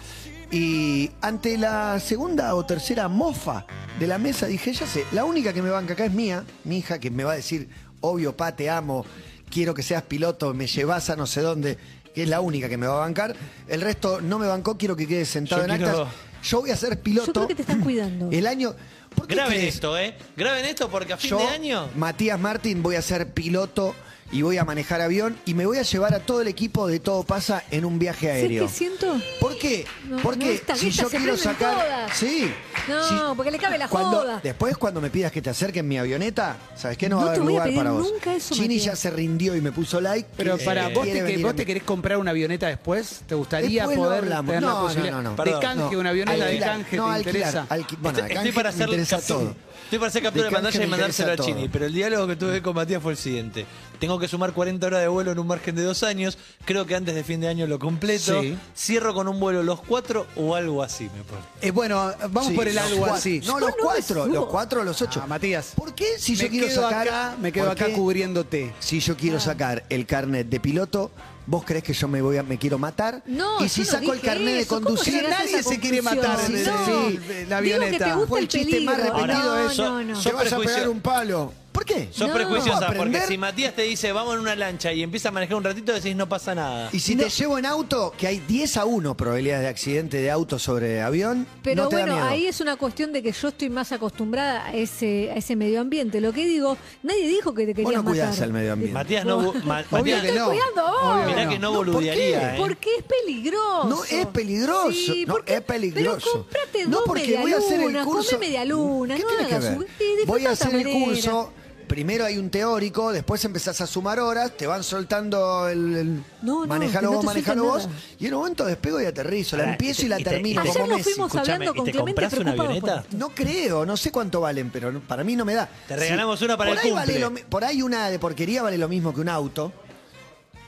S3: Y ante la segunda o tercera mofa de la mesa dije, ya sé, la única que me banca acá es mía, mi hija, que me va a decir, obvio, pa, te amo, quiero que seas piloto, me llevas a no sé dónde, que es la única que me va a bancar. El resto no me bancó, quiero que quede sentado
S5: Yo
S3: en
S5: quiero-
S3: actas. Yo voy a ser piloto.
S6: Yo creo que te están cuidando.
S3: El año. ¿por qué
S5: Graben
S3: crees?
S5: esto, ¿eh? Graben esto porque a fin
S3: Yo,
S5: de año.
S3: Matías Martín, voy a ser piloto y voy a manejar avión y me voy a llevar a todo el equipo de Todo Pasa en un viaje
S6: ¿Sabés qué
S3: aéreo.
S6: siento?
S3: ¿Por qué?
S6: No,
S3: Porque
S6: no, estas
S3: si
S6: viejas
S3: yo
S6: se
S3: quiero
S6: prenden
S3: sacar.
S6: todas.
S3: Sí.
S6: No, porque le cabe la
S3: cuando,
S6: joda.
S3: Después, cuando me pidas que te acerquen mi avioneta, ¿sabes qué? No,
S6: No
S3: va a
S6: te
S3: haber
S6: voy a
S3: lugar
S6: pedir
S3: para vos.
S6: nunca eso,
S3: Chini
S6: Matías.
S3: ya se rindió y me puso like.
S4: Pero
S3: Eh,
S4: para vos,
S3: quiere
S4: te, que-
S3: venir
S4: vos
S3: a
S4: te
S3: mi-
S4: querés comprar una avioneta después, ¿te gustaría
S3: Después lo
S4: poder
S3: hablamos.
S4: tener
S3: No,
S4: la
S3: no,
S4: posibilidad
S3: no, no.
S4: de
S5: Perdón.
S4: canje una avioneta? ¿De
S3: Alquilar,
S4: canje
S3: no,
S4: te
S3: alquilar,
S4: interesa?
S3: alquil- bueno,
S5: Estoy-
S3: acá
S5: estoy para
S3: me
S5: hacer
S3: interesa
S5: captura-
S3: todo.
S5: Estoy para hacer captura
S3: De
S5: de pantalla
S3: canje
S5: y
S3: me
S5: mandárselo a
S3: interesa
S5: Chini,
S3: todo.
S5: pero el diálogo que tuve con Matías fue el siguiente. Tengo que sumar 40 horas de vuelo en un margen de dos años, creo que antes de fin de año lo completo.
S4: Sí.
S5: Cierro con un vuelo los cuatro o algo así, me pone.
S4: Eh, bueno, vamos
S3: Sí,
S4: por el
S3: los
S4: algo
S3: cuatro.
S4: así.
S3: No, los
S6: no me
S3: cuatro,
S6: subo.
S3: los cuatro o los ocho.
S4: Ah, Matías.
S3: ¿Por qué si yo
S4: me
S3: quiero
S4: quedo
S3: sacar.
S4: acá, me quedo
S3: ¿por
S4: acá Ah.
S3: qué
S4: cubriéndote.
S3: Si yo quiero sacar el carnet de piloto, vos crees que yo me voy a, me quiero matar.
S6: No,
S3: y si
S6: yo no
S3: saco el
S6: dije
S3: carnet de
S6: eso. ¿Cómo
S3: conducir,
S6: llegaste a esa
S4: nadie se quiere
S6: conclusión?
S4: matar en
S6: Sí,
S4: el-
S6: no.
S4: sí, la avioneta.
S6: Digo que te
S3: Fue
S6: gusta
S3: el
S6: el
S3: chiste
S6: peligro.
S3: más repetido
S6: no,
S3: es-
S6: No, no.
S5: Yo-
S3: te vas a
S5: prejuicio-
S3: pegar un palo. ¿Por qué?
S5: Sos
S6: No.
S5: prejuiciosa,
S3: ¿Puedo
S5: porque
S3: aprender?
S5: si Matías te dice vamos en una lancha y empieza a manejar un ratito, decís no pasa nada.
S3: Y si te llevo en auto, que hay 10 a 1 probabilidades de accidente de auto sobre avión,
S6: Pero
S3: no te da
S6: bueno,
S3: miedo.
S6: ahí es una cuestión de que yo estoy más acostumbrada a ese, a ese medio ambiente. Lo que digo, nadie dijo que te
S3: Vos no
S6: querías matar.
S3: cuidás al medio ambiente.
S5: Matías no. bu- Ma-
S4: Obvio
S5: Matías,
S4: que
S6: Estoy
S4: no.
S6: cuidando a vos.
S4: Obvio
S5: Mirá que no boludearía, ¿eh?
S6: Porque es peligroso.
S3: No es peligroso.
S6: Sí,
S3: no
S6: porque-
S3: es peligroso.
S6: Pero comprate
S3: no
S6: dos
S3: porque voy a hacer el
S6: medialunas,
S3: curso.
S6: come medialunas,
S3: ¿Qué
S6: no
S3: tiene que
S6: hagas
S3: ver?
S6: un- y disfruta
S3: Voy a
S6: a
S3: hacer
S6: tu
S3: el
S6: manera.
S3: curso. Primero hay un teórico, después empezás a sumar horas, te van soltando el, el
S6: No, no,
S3: manejalo
S6: que no
S3: vos,
S6: te
S3: manejalo
S6: sueltan
S3: vos,
S6: nada.
S3: y en un momento despego y aterrizo, la
S5: Pará,
S3: empiezo
S5: y
S3: y la
S5: te- y te-
S3: termino,
S5: y te-
S3: como
S6: Ayer nos
S3: Messi.
S6: fuimos
S5: Escuchame,
S6: hablando
S5: ¿y
S6: con
S5: te
S6: Clemente
S5: compras una
S6: preocupados por
S5: avioneta?
S6: esto.
S3: No creo, no sé cuánto valen, pero no- para mí no me da.
S5: Te regalamos una para
S3: por
S5: el
S3: ahí vale
S5: cumple.
S3: lo mi- por ahí una de porquería vale lo mismo que un auto.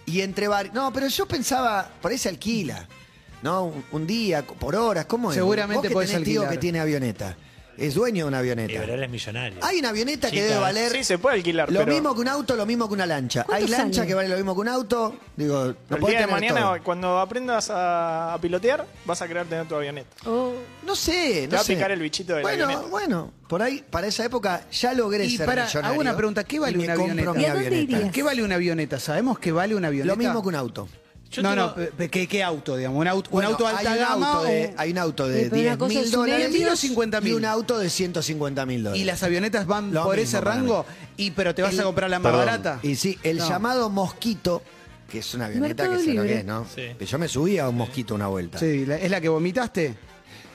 S3: Y entre varios. No, pero yo pensaba, por ahí se alquila. ¿No? Un, un día, co- por horas, ¿cómo es?
S4: Seguramente
S3: Vos que
S4: podés
S3: tenés tío
S4: alquilar.
S3: que tiene avioneta. Es dueño de una
S5: Eh, pero él
S3: avioneta.
S5: es millonario.
S3: Hay una avioneta que
S5: Chicas,
S3: debe valer.
S14: Sí, se puede alquilar,
S3: Lo
S14: pero
S3: mismo que un auto, lo mismo que una lancha.
S6: ¿Cuánto
S3: Hay lancha
S6: sale?
S3: que vale lo mismo que un auto. Digo, no
S14: el
S3: podés
S14: día de
S3: tener
S14: mañana,
S3: todo.
S14: cuando aprendas a, a pilotear, vas a querer tener tu avioneta.
S6: Oh,
S3: No sé, no
S14: va a
S3: sé.
S14: picar el bichito de la
S3: Bueno,
S14: avioneta.
S3: bueno, por ahí, para esa época ya logré
S4: Y
S3: ser
S4: para,
S3: millonario
S4: hago una pregunta, ¿qué vale
S3: y me
S4: una
S3: compro
S4: avioneta?
S3: mi
S6: ¿Y a dónde
S3: avioneta.
S6: irías?
S4: ¿Qué vale una avioneta? ¿Sabemos que vale una avioneta?
S3: Lo mismo que un auto.
S5: Yo
S4: no,
S5: tengo-
S4: no, pe- pe- ¿qué, qué auto, digamos? ¿Un auto,
S3: Bueno,
S4: un auto alta
S3: hay un
S4: gama?
S3: auto
S4: o-
S3: de- hay un auto de
S6: Eh, pero una
S3: 10
S6: cosa
S3: mil
S6: es un
S3: dólares
S6: Airbnb o
S4: 50.000.
S3: y un auto de 150 mil dólares.
S4: ¿Y las avionetas van
S3: Lo
S4: por
S3: mismo
S4: ese
S3: para mí.
S4: rango? y ¿Pero te vas
S3: El-
S4: a comprar la más
S3: Perdón.
S4: barata?
S3: Y sí, el
S4: No.
S3: llamado mosquito, que es una avioneta
S6: Mercado
S3: que se lo que
S6: Libre.
S3: es, ¿no?
S5: Sí.
S3: Pero Yo me subía a un mosquito una vuelta.
S4: Sí, la- ¿Es la que vomitaste?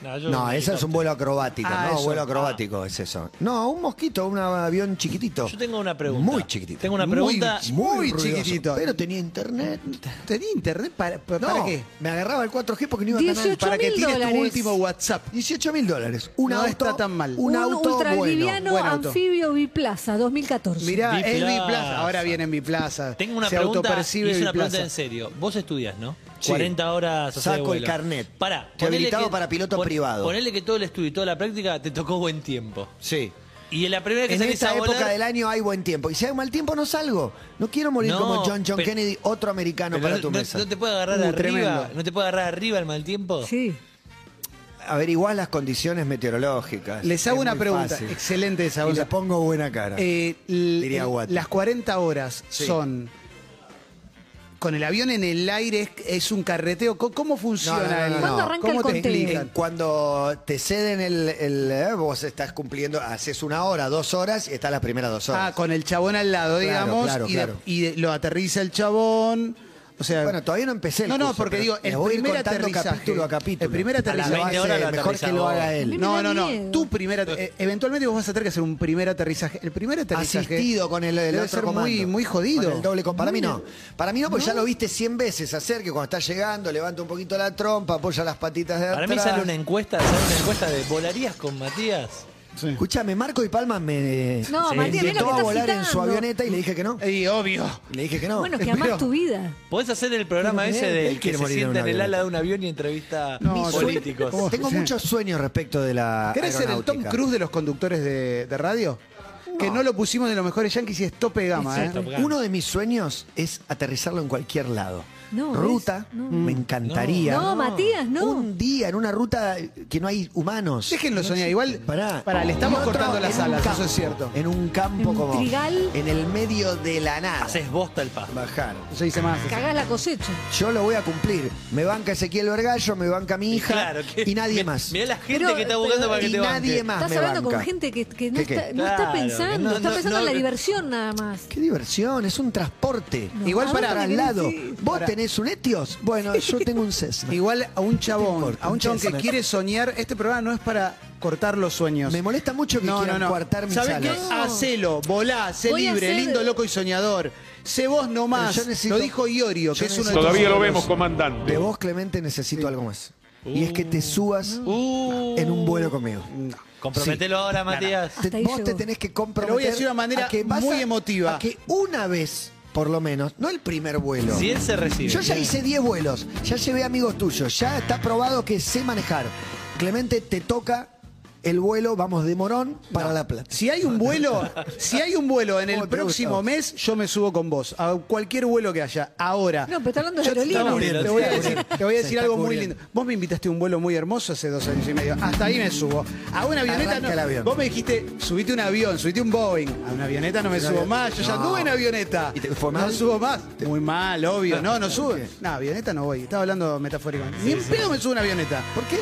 S5: No, yo-
S3: No, ese es un vuelo acrobático,
S5: Ah,
S3: no,
S5: eso.
S3: vuelo acrobático es eso. No, un mosquito, un avión chiquitito.
S5: Yo tengo una pregunta.
S3: Muy chiquitito.
S5: Tengo una
S3: Muy-
S5: pregunta.
S3: muy,
S4: ruidoso.
S3: chiquitito. Pero tenía internet.
S4: ¿Tenía internet para, para,
S3: No,
S4: para qué?
S3: me agarraba el 4G porque no iba a ganar.
S6: 18.000
S4: Para que tires
S6: dólares.
S4: tu último WhatsApp.
S3: 18 mil dólares. Un
S4: No
S3: auto,
S4: está tan mal.
S3: Un, auto bueno.
S6: ultraliviano
S3: Buen auto.
S6: anfibio biplaza 2014.
S4: Mirá,
S5: Biplaza.
S4: es Biplaza. Ahora viene en Biplaza.
S5: Tengo una
S4: Se
S5: pregunta. Es
S4: autopercibe
S5: una
S4: Biplaza.
S5: pregunta en serio. Vos estudias, ¿no?
S3: Sí.
S5: 40 horas. haces de
S3: Saco el
S5: vuelo.
S3: carnet.
S5: Pará.
S3: Te
S5: ponele
S3: habilitado para piloto privado.
S5: Ponele que todo el estudio y toda la práctica te tocó buen tiempo.
S3: Sí.
S5: Y en la primera vez que
S3: En
S5: salís
S3: esta
S5: a
S3: época
S5: volar,
S3: del año hay buen tiempo. Y si hay mal tiempo, no salgo. No quiero morir
S5: No,
S3: como John John
S5: pero-
S3: Kennedy, otro americano
S5: pero
S3: para
S5: no,
S3: tu
S5: no-
S3: mesa.
S5: no te puede agarrar
S4: Uh,
S5: arriba.
S4: tremendo.
S5: No te puede agarrar arriba el mal tiempo.
S6: Sí.
S3: Averiguás las condiciones meteorológicas.
S4: Les hago
S3: Es
S4: una
S3: muy
S4: pregunta.
S3: fácil.
S4: Excelente esa
S3: Y le
S4: bolsa.
S3: pongo buena cara.
S4: Eh, l-
S3: Diría
S4: eh,
S3: Guati.
S4: las 40 horas
S3: Sí.
S4: son con el avión en el aire, es, es un carreteo. Co- ¿Cómo funciona? el-
S6: ¿Cuándo arranca
S4: ¿Cómo
S6: el
S4: te
S6: conteo?
S4: explican?
S3: En eh, Cuando te ceden el, el, eh, vos estás cumpliendo, haces una hora, dos horas y estás las primeras dos horas.
S4: Ah, con el chabón al
S3: Claro,
S4: lado, digamos.
S3: claro,
S4: y, de-
S3: claro.
S4: y de- lo aterriza el chabón. O sea,
S3: Bueno, todavía no empecé el
S4: no, no,
S3: curso,
S4: porque
S3: pero
S4: digo,
S3: les
S4: el
S3: voy a ir
S4: primer
S3: contando
S4: aterrizaje.
S3: capítulo a capítulo.
S4: El primer
S3: A las
S4: aterrizaje.
S5: 20 horas lo
S3: mejor que
S5: aterriza
S3: lo
S5: vos.
S3: haga
S6: A mí
S3: él.
S6: me
S4: No,
S6: da
S4: no, no.
S6: miedo.
S4: Tu primer ater- eh, eventualmente vos vas a tener que hacer un primer aterrizaje. El primer aterrizaje.
S3: Asistido con el, el
S4: debe
S3: otro
S4: ser
S3: comando.
S4: muy, muy
S3: Con
S4: jodido.
S3: el doble com- Para mí no. Para mí no, porque ya lo viste 100 veces hacer que cuando estás llegando, levanta un poquito la trompa, apoya las patitas de
S5: Para mí
S3: atrás.
S5: sale una encuesta, sale una encuesta de ¿volarías con Matías?
S4: Sí.
S3: Escúchame, Marco y Palma me,
S6: No,
S3: me
S6: Matías, mirá lo
S3: invitó
S6: que
S3: a
S6: estás
S3: volar en su
S6: citando.
S3: avioneta y le dije que no.
S4: Y obvio.
S3: Le dije que no.
S6: Bueno,
S3: <laughs>
S6: que
S4: Pero-
S6: amás tu vida.
S5: Podés hacer el programa
S3: Él
S5: ese del que
S3: quiere
S5: se
S3: morir en
S5: sienta
S3: un
S5: en el
S3: avión.
S5: ala de un avión y entrevista
S4: No,
S5: mis
S4: yo-
S5: políticos.
S4: Oh,
S3: Tengo
S4: sí.
S3: muchos sueños respecto de la
S4: ¿Querés ser el Tom
S3: Ah, aeronáutica.
S4: Cruise de los conductores de, de radio? Que no lo pusimos de los mejores yankees y es tope de gama, ¿eh?
S5: Top Gun.
S3: Uno de mis sueños es aterrizarlo en cualquier lado.
S6: No,
S3: ruta,
S6: ¿ves? No.
S3: me encantaría.
S6: No, Matías, no.
S3: Un día en una ruta que no hay humanos.
S4: Déjenlo soñar. Igual,
S3: Pará.
S4: pará, le estamos
S3: Y otro
S4: cortando las
S3: en un
S4: alas,
S3: campo,
S4: eso es cierto.
S3: En un campo
S6: En
S3: como.
S6: Trigal.
S3: En el medio de la nada.
S5: Haces bosta el pasto.
S3: Bajar.
S4: Yo hice más.
S6: Cagás la cosecha.
S3: Yo lo voy a cumplir. Me banca Ezequiel Vergallo, me banca mi hija.
S5: Claro, que-
S3: y nadie
S5: mi-
S3: más.
S5: Mirá la gente
S6: Pero-
S5: que está buscando
S6: pero-
S5: para que
S3: y
S5: te banque.
S3: nadie más
S6: Estás
S3: me
S6: hablando
S3: banca.
S6: con gente que, que no,
S3: ¿Qué, qué?
S6: Está, no está
S5: Claro,
S6: pensando,
S5: no,
S6: está
S5: no,
S6: pensando en
S5: no,
S6: la
S5: no.
S6: diversión nada más.
S3: Qué diversión, es un transporte.
S6: No,
S4: Igual
S6: ¿a
S4: para-
S6: dónde querés
S3: traslado.
S6: ir?
S3: ¿Vos
S4: Para-
S3: tenés un Etios? Bueno, yo tengo un Cessna.
S4: Igual a
S3: Este
S4: un chabón,
S3: importa?
S4: a un chabón que
S3: Entonces-
S4: quiere soñar, este programa no es para cortar los sueños.
S3: Me molesta mucho que quieran coartar mis
S4: ¿Sabés
S3: alas.
S4: qué? Hacelo, volá, sé
S6: Voy a
S4: libre,
S6: hacer-
S4: lindo, loco y soñador. Sé vos nomás.
S3: Pero yo necesito-
S4: Lo dijo Iorio,
S3: yo
S4: que es uno de
S3: necesito-
S4: tus
S3: Todavía lo
S4: ídolos.
S3: vemos,
S14: comandante.
S3: De vos, Clemente, necesito algo más. Y es que
S4: Uh.
S3: te subas en un vuelo conmigo.
S4: Mm.
S5: Comprometelo ahora, Matías.
S3: Te-
S6: Hasta ahí
S3: vos
S6: llegó.
S3: te tenés que comprometer.
S4: Te lo voy a decir de una manera
S3: que vas
S4: muy
S3: a-
S4: emotiva.
S3: a que una vez, por lo menos, no el primer vuelo.
S5: Si él se recibe.
S3: Yo ya hice 10 vuelos, ya llevé amigos tuyos, ya está probado que sé manejar. Clemente, te toca el vuelo, vamos de Morón para La Plata.
S4: Si hay un vuelo, si hay un vuelo en el
S3: ¿Cómo te
S4: próximo
S3: gusta?
S4: mes, yo me subo con vos. A cualquier vuelo que haya. Ahora.
S6: No, pero está hablando de
S4: Yo te-
S6: aerolíneas.
S4: te voy a-
S5: Está
S4: Te voy a
S5: cubriendo.
S4: decir, te voy a
S3: Se
S4: decir
S3: está
S4: algo muy
S3: cubriendo.
S4: lindo. Vos me invitaste a un vuelo muy hermoso hace dos años y medio. Hasta ahí me subo. A una avioneta
S3: Arranca
S4: no.
S3: el avión.
S4: Vos me dijiste, subite un avión, subite un Boeing. A una avioneta no me subo
S3: avión-
S4: más. Yo ya
S3: No.
S4: anduve en avioneta.
S3: ¿Y te fue
S4: No
S3: mal? Ah,
S4: subo más. Muy mal, obvio. No, no sube. No, avioneta no voy. Estaba hablando metafóricamente. Ni en pedo me subo a una avioneta.
S3: ¿Por qué?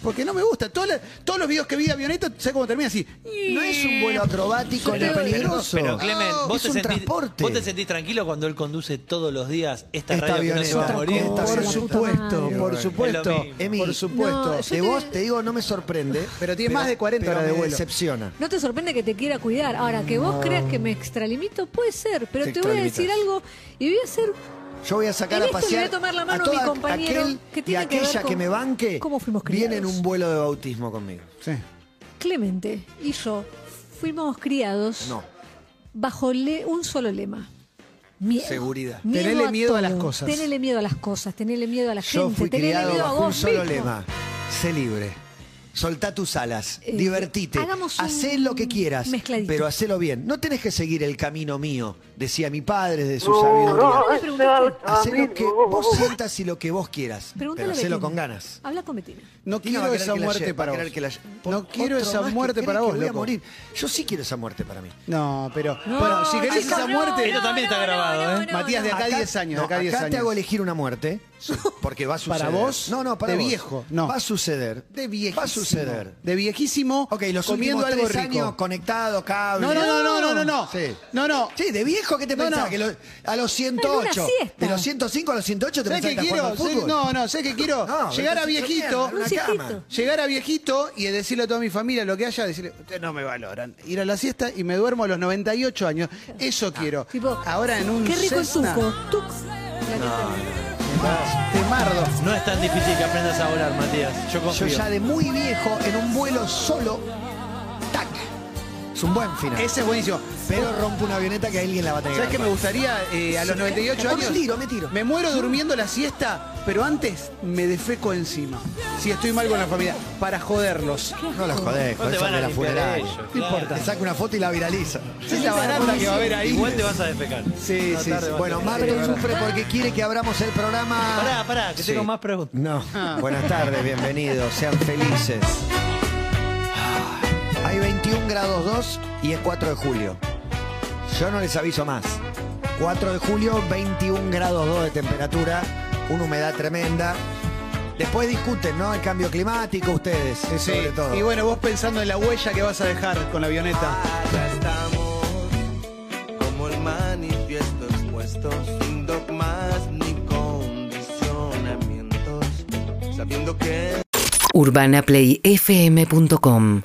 S4: Porque no me gusta. Todas las- todos los videos que vi de avioneta, ¿sabes cómo termina así?
S3: No es un vuelo acrobático ni
S5: Pero,
S3: peligroso.
S5: pero, Clemen,
S3: No,
S5: vos,
S3: es
S5: te
S3: un
S5: sentís,
S3: transporte.
S5: vos te sentís tranquilo cuando él conduce todos los días esta,
S3: Esta
S5: radio que no se va a
S3: avioneta.
S5: morir.
S3: Esta
S4: Por
S3: avioneta.
S4: supuesto, por
S3: Bueno.
S4: supuesto,
S5: Es lo
S3: Emi,
S4: por supuesto.
S6: No, yo
S3: de
S6: te-
S3: vos te digo, no me sorprende.
S4: <laughs> Pero tiene más de 40
S3: pero
S4: horas de
S3: me
S4: vuelo.
S3: decepciona.
S6: No te sorprende que te quiera cuidar. Ahora, que vos creas que me extralimito, puede ser, pero
S3: Te
S6: te, voy a
S3: extralimitas.
S6: decir algo y voy a hacer.
S3: Yo voy a sacar
S6: En
S3: a
S6: esto le
S3: pasear
S6: voy a tomar la mano a mi
S3: toda
S6: compañero
S3: aquel
S6: que tiene
S3: y
S6: que ver
S3: aquella que
S6: con
S3: me banque
S6: cómo fuimos
S3: viene en
S6: criados.
S3: un vuelo de bautismo conmigo.
S4: Sí.
S6: Clemente y yo fuimos criados
S3: No.
S6: bajo le- un solo lema. Miedo.
S3: Seguridad.
S4: Tenele
S6: a
S4: miedo a
S6: todo.
S4: las cosas.
S6: Tenele miedo a las cosas, tenele miedo a la
S3: Yo
S6: gente,
S3: fui
S6: tenele
S3: criado
S6: miedo a
S3: bajo
S6: vos
S3: un solo
S6: mismo.
S3: lema. Sé libre. Soltá tus alas,
S6: Eh,
S3: divertite,
S6: hagamos un
S3: hacé lo que quieras,
S6: mezcladito.
S3: pero hacelo bien. No tenés que seguir el camino mío, decía mi padre de su
S6: no,
S3: sabiduría.
S6: no le preguntaste.
S3: Hacé lo que
S4: Oh,
S3: vos sientas y lo que vos quieras,
S6: Pregúntale
S3: pero
S6: a
S3: hacelo
S6: Betina.
S3: con ganas.
S6: Habla con Betina.
S4: No
S3: Tina
S4: quiero
S3: va a querer
S4: esa
S3: que la
S4: muerte
S3: lleve, va a
S4: para vos.
S3: querer que la lle-
S4: No
S3: Otro
S4: quiero esa
S3: más que
S4: muerte
S3: cree
S4: para
S3: que
S4: vos,
S3: voy a
S4: loco.
S3: morir. Yo sí quiero esa muerte para mí.
S4: No, pero bueno, si querés
S6: chicos,
S4: esa muerte,
S5: Esto también está grabado, ¿eh?
S4: Matías, de acá 10 años, de acá 10
S3: te
S4: años.
S3: hago elegir una muerte. <laughs> Porque va a suceder.
S4: ¿Para vos?
S3: No, no, para
S4: De
S3: vos.
S4: viejo, no.
S3: Va a suceder.
S4: de viejísimo.
S3: Va a suceder.
S4: De viejísimo.
S3: Ok, los
S4: comiendo
S3: últimos
S4: algo
S3: tres
S4: rico.
S3: años conectado, cable.
S4: No, no, no, no, no, no.
S3: Sí.
S4: No, no.
S3: Sí, de viejo viejo, ¿qué te
S4: No,
S3: pensás?
S4: no.
S3: Que lo- a los
S4: En
S3: 108.
S4: una siesta.
S3: De los 105 a los 108 te
S4: ¿Sabés
S3: pensás
S4: qué
S3: que estás
S4: quiero?
S3: jugando al
S4: ¿Sabés-
S3: fútbol.
S4: No, no, sé qué quiero?
S3: No,
S4: llegar a
S3: entonces,
S4: viejito,
S3: mierda, una
S4: Un
S3: cama.
S4: siestito. llegar a viejito y decirle a toda mi familia lo que haya, decirle, ustedes no me valoran. Ir a la siesta y me duermo a los 98 años.
S3: Ah,
S4: Eso quiero. Ahora en un
S6: Qué rico el
S4: Cessna,
S6: tuco. Tuc.
S4: te mardo.
S5: No es tan difícil que aprendas a volar, Matías. Yo
S3: Yo
S5: confío.
S3: ya de muy viejo, en un vuelo solo, ¡tac! Es un buen final.
S4: Ese es buenísimo.
S3: Pero rompe una avioneta que alguien la va a tener.
S4: ¿Sabes qué me gustaría eh, a los 98 años?
S3: Me tiro, me tiro.
S4: Me muero durmiendo la siesta, pero antes me defeco encima. Si estoy mal con la familia, para joderlos.
S3: No la jodés,
S5: No
S3: con
S5: te
S3: eso
S5: van
S3: de
S5: a
S3: la
S5: limpiar
S3: funeraria.
S5: ellos,
S3: No
S5: claro.
S3: importa. Le saca una foto y la viraliza.
S4: Es la barata que va a haber ahí.
S5: Igual te vas a defecar.
S4: Sí,
S5: No,
S4: sí,
S5: tarde
S4: sí.
S5: vas
S3: Bueno,
S5: a defecar.
S3: Marco sufre porque quiere que abramos el programa.
S5: Pará, pará, que
S3: Sí.
S5: tengo más preguntas.
S3: No. Buenas tardes, bienvenidos, sean felices. Hay 21 grados 2 y es 4 de julio. Yo no les aviso más. 4 de julio, 21 grados 2 de temperatura, una humedad tremenda. Después discuten, ¿no? El cambio climático, ustedes,
S4: Sí.
S3: sobre todo.
S4: Y bueno, vos pensando en la huella que vas a dejar con la avioneta.
S15: Ya estamos como el manifiesto expuesto, sin dogmas ni condicionamientos, sabiendo que.
S16: UrbanaPlayFM.com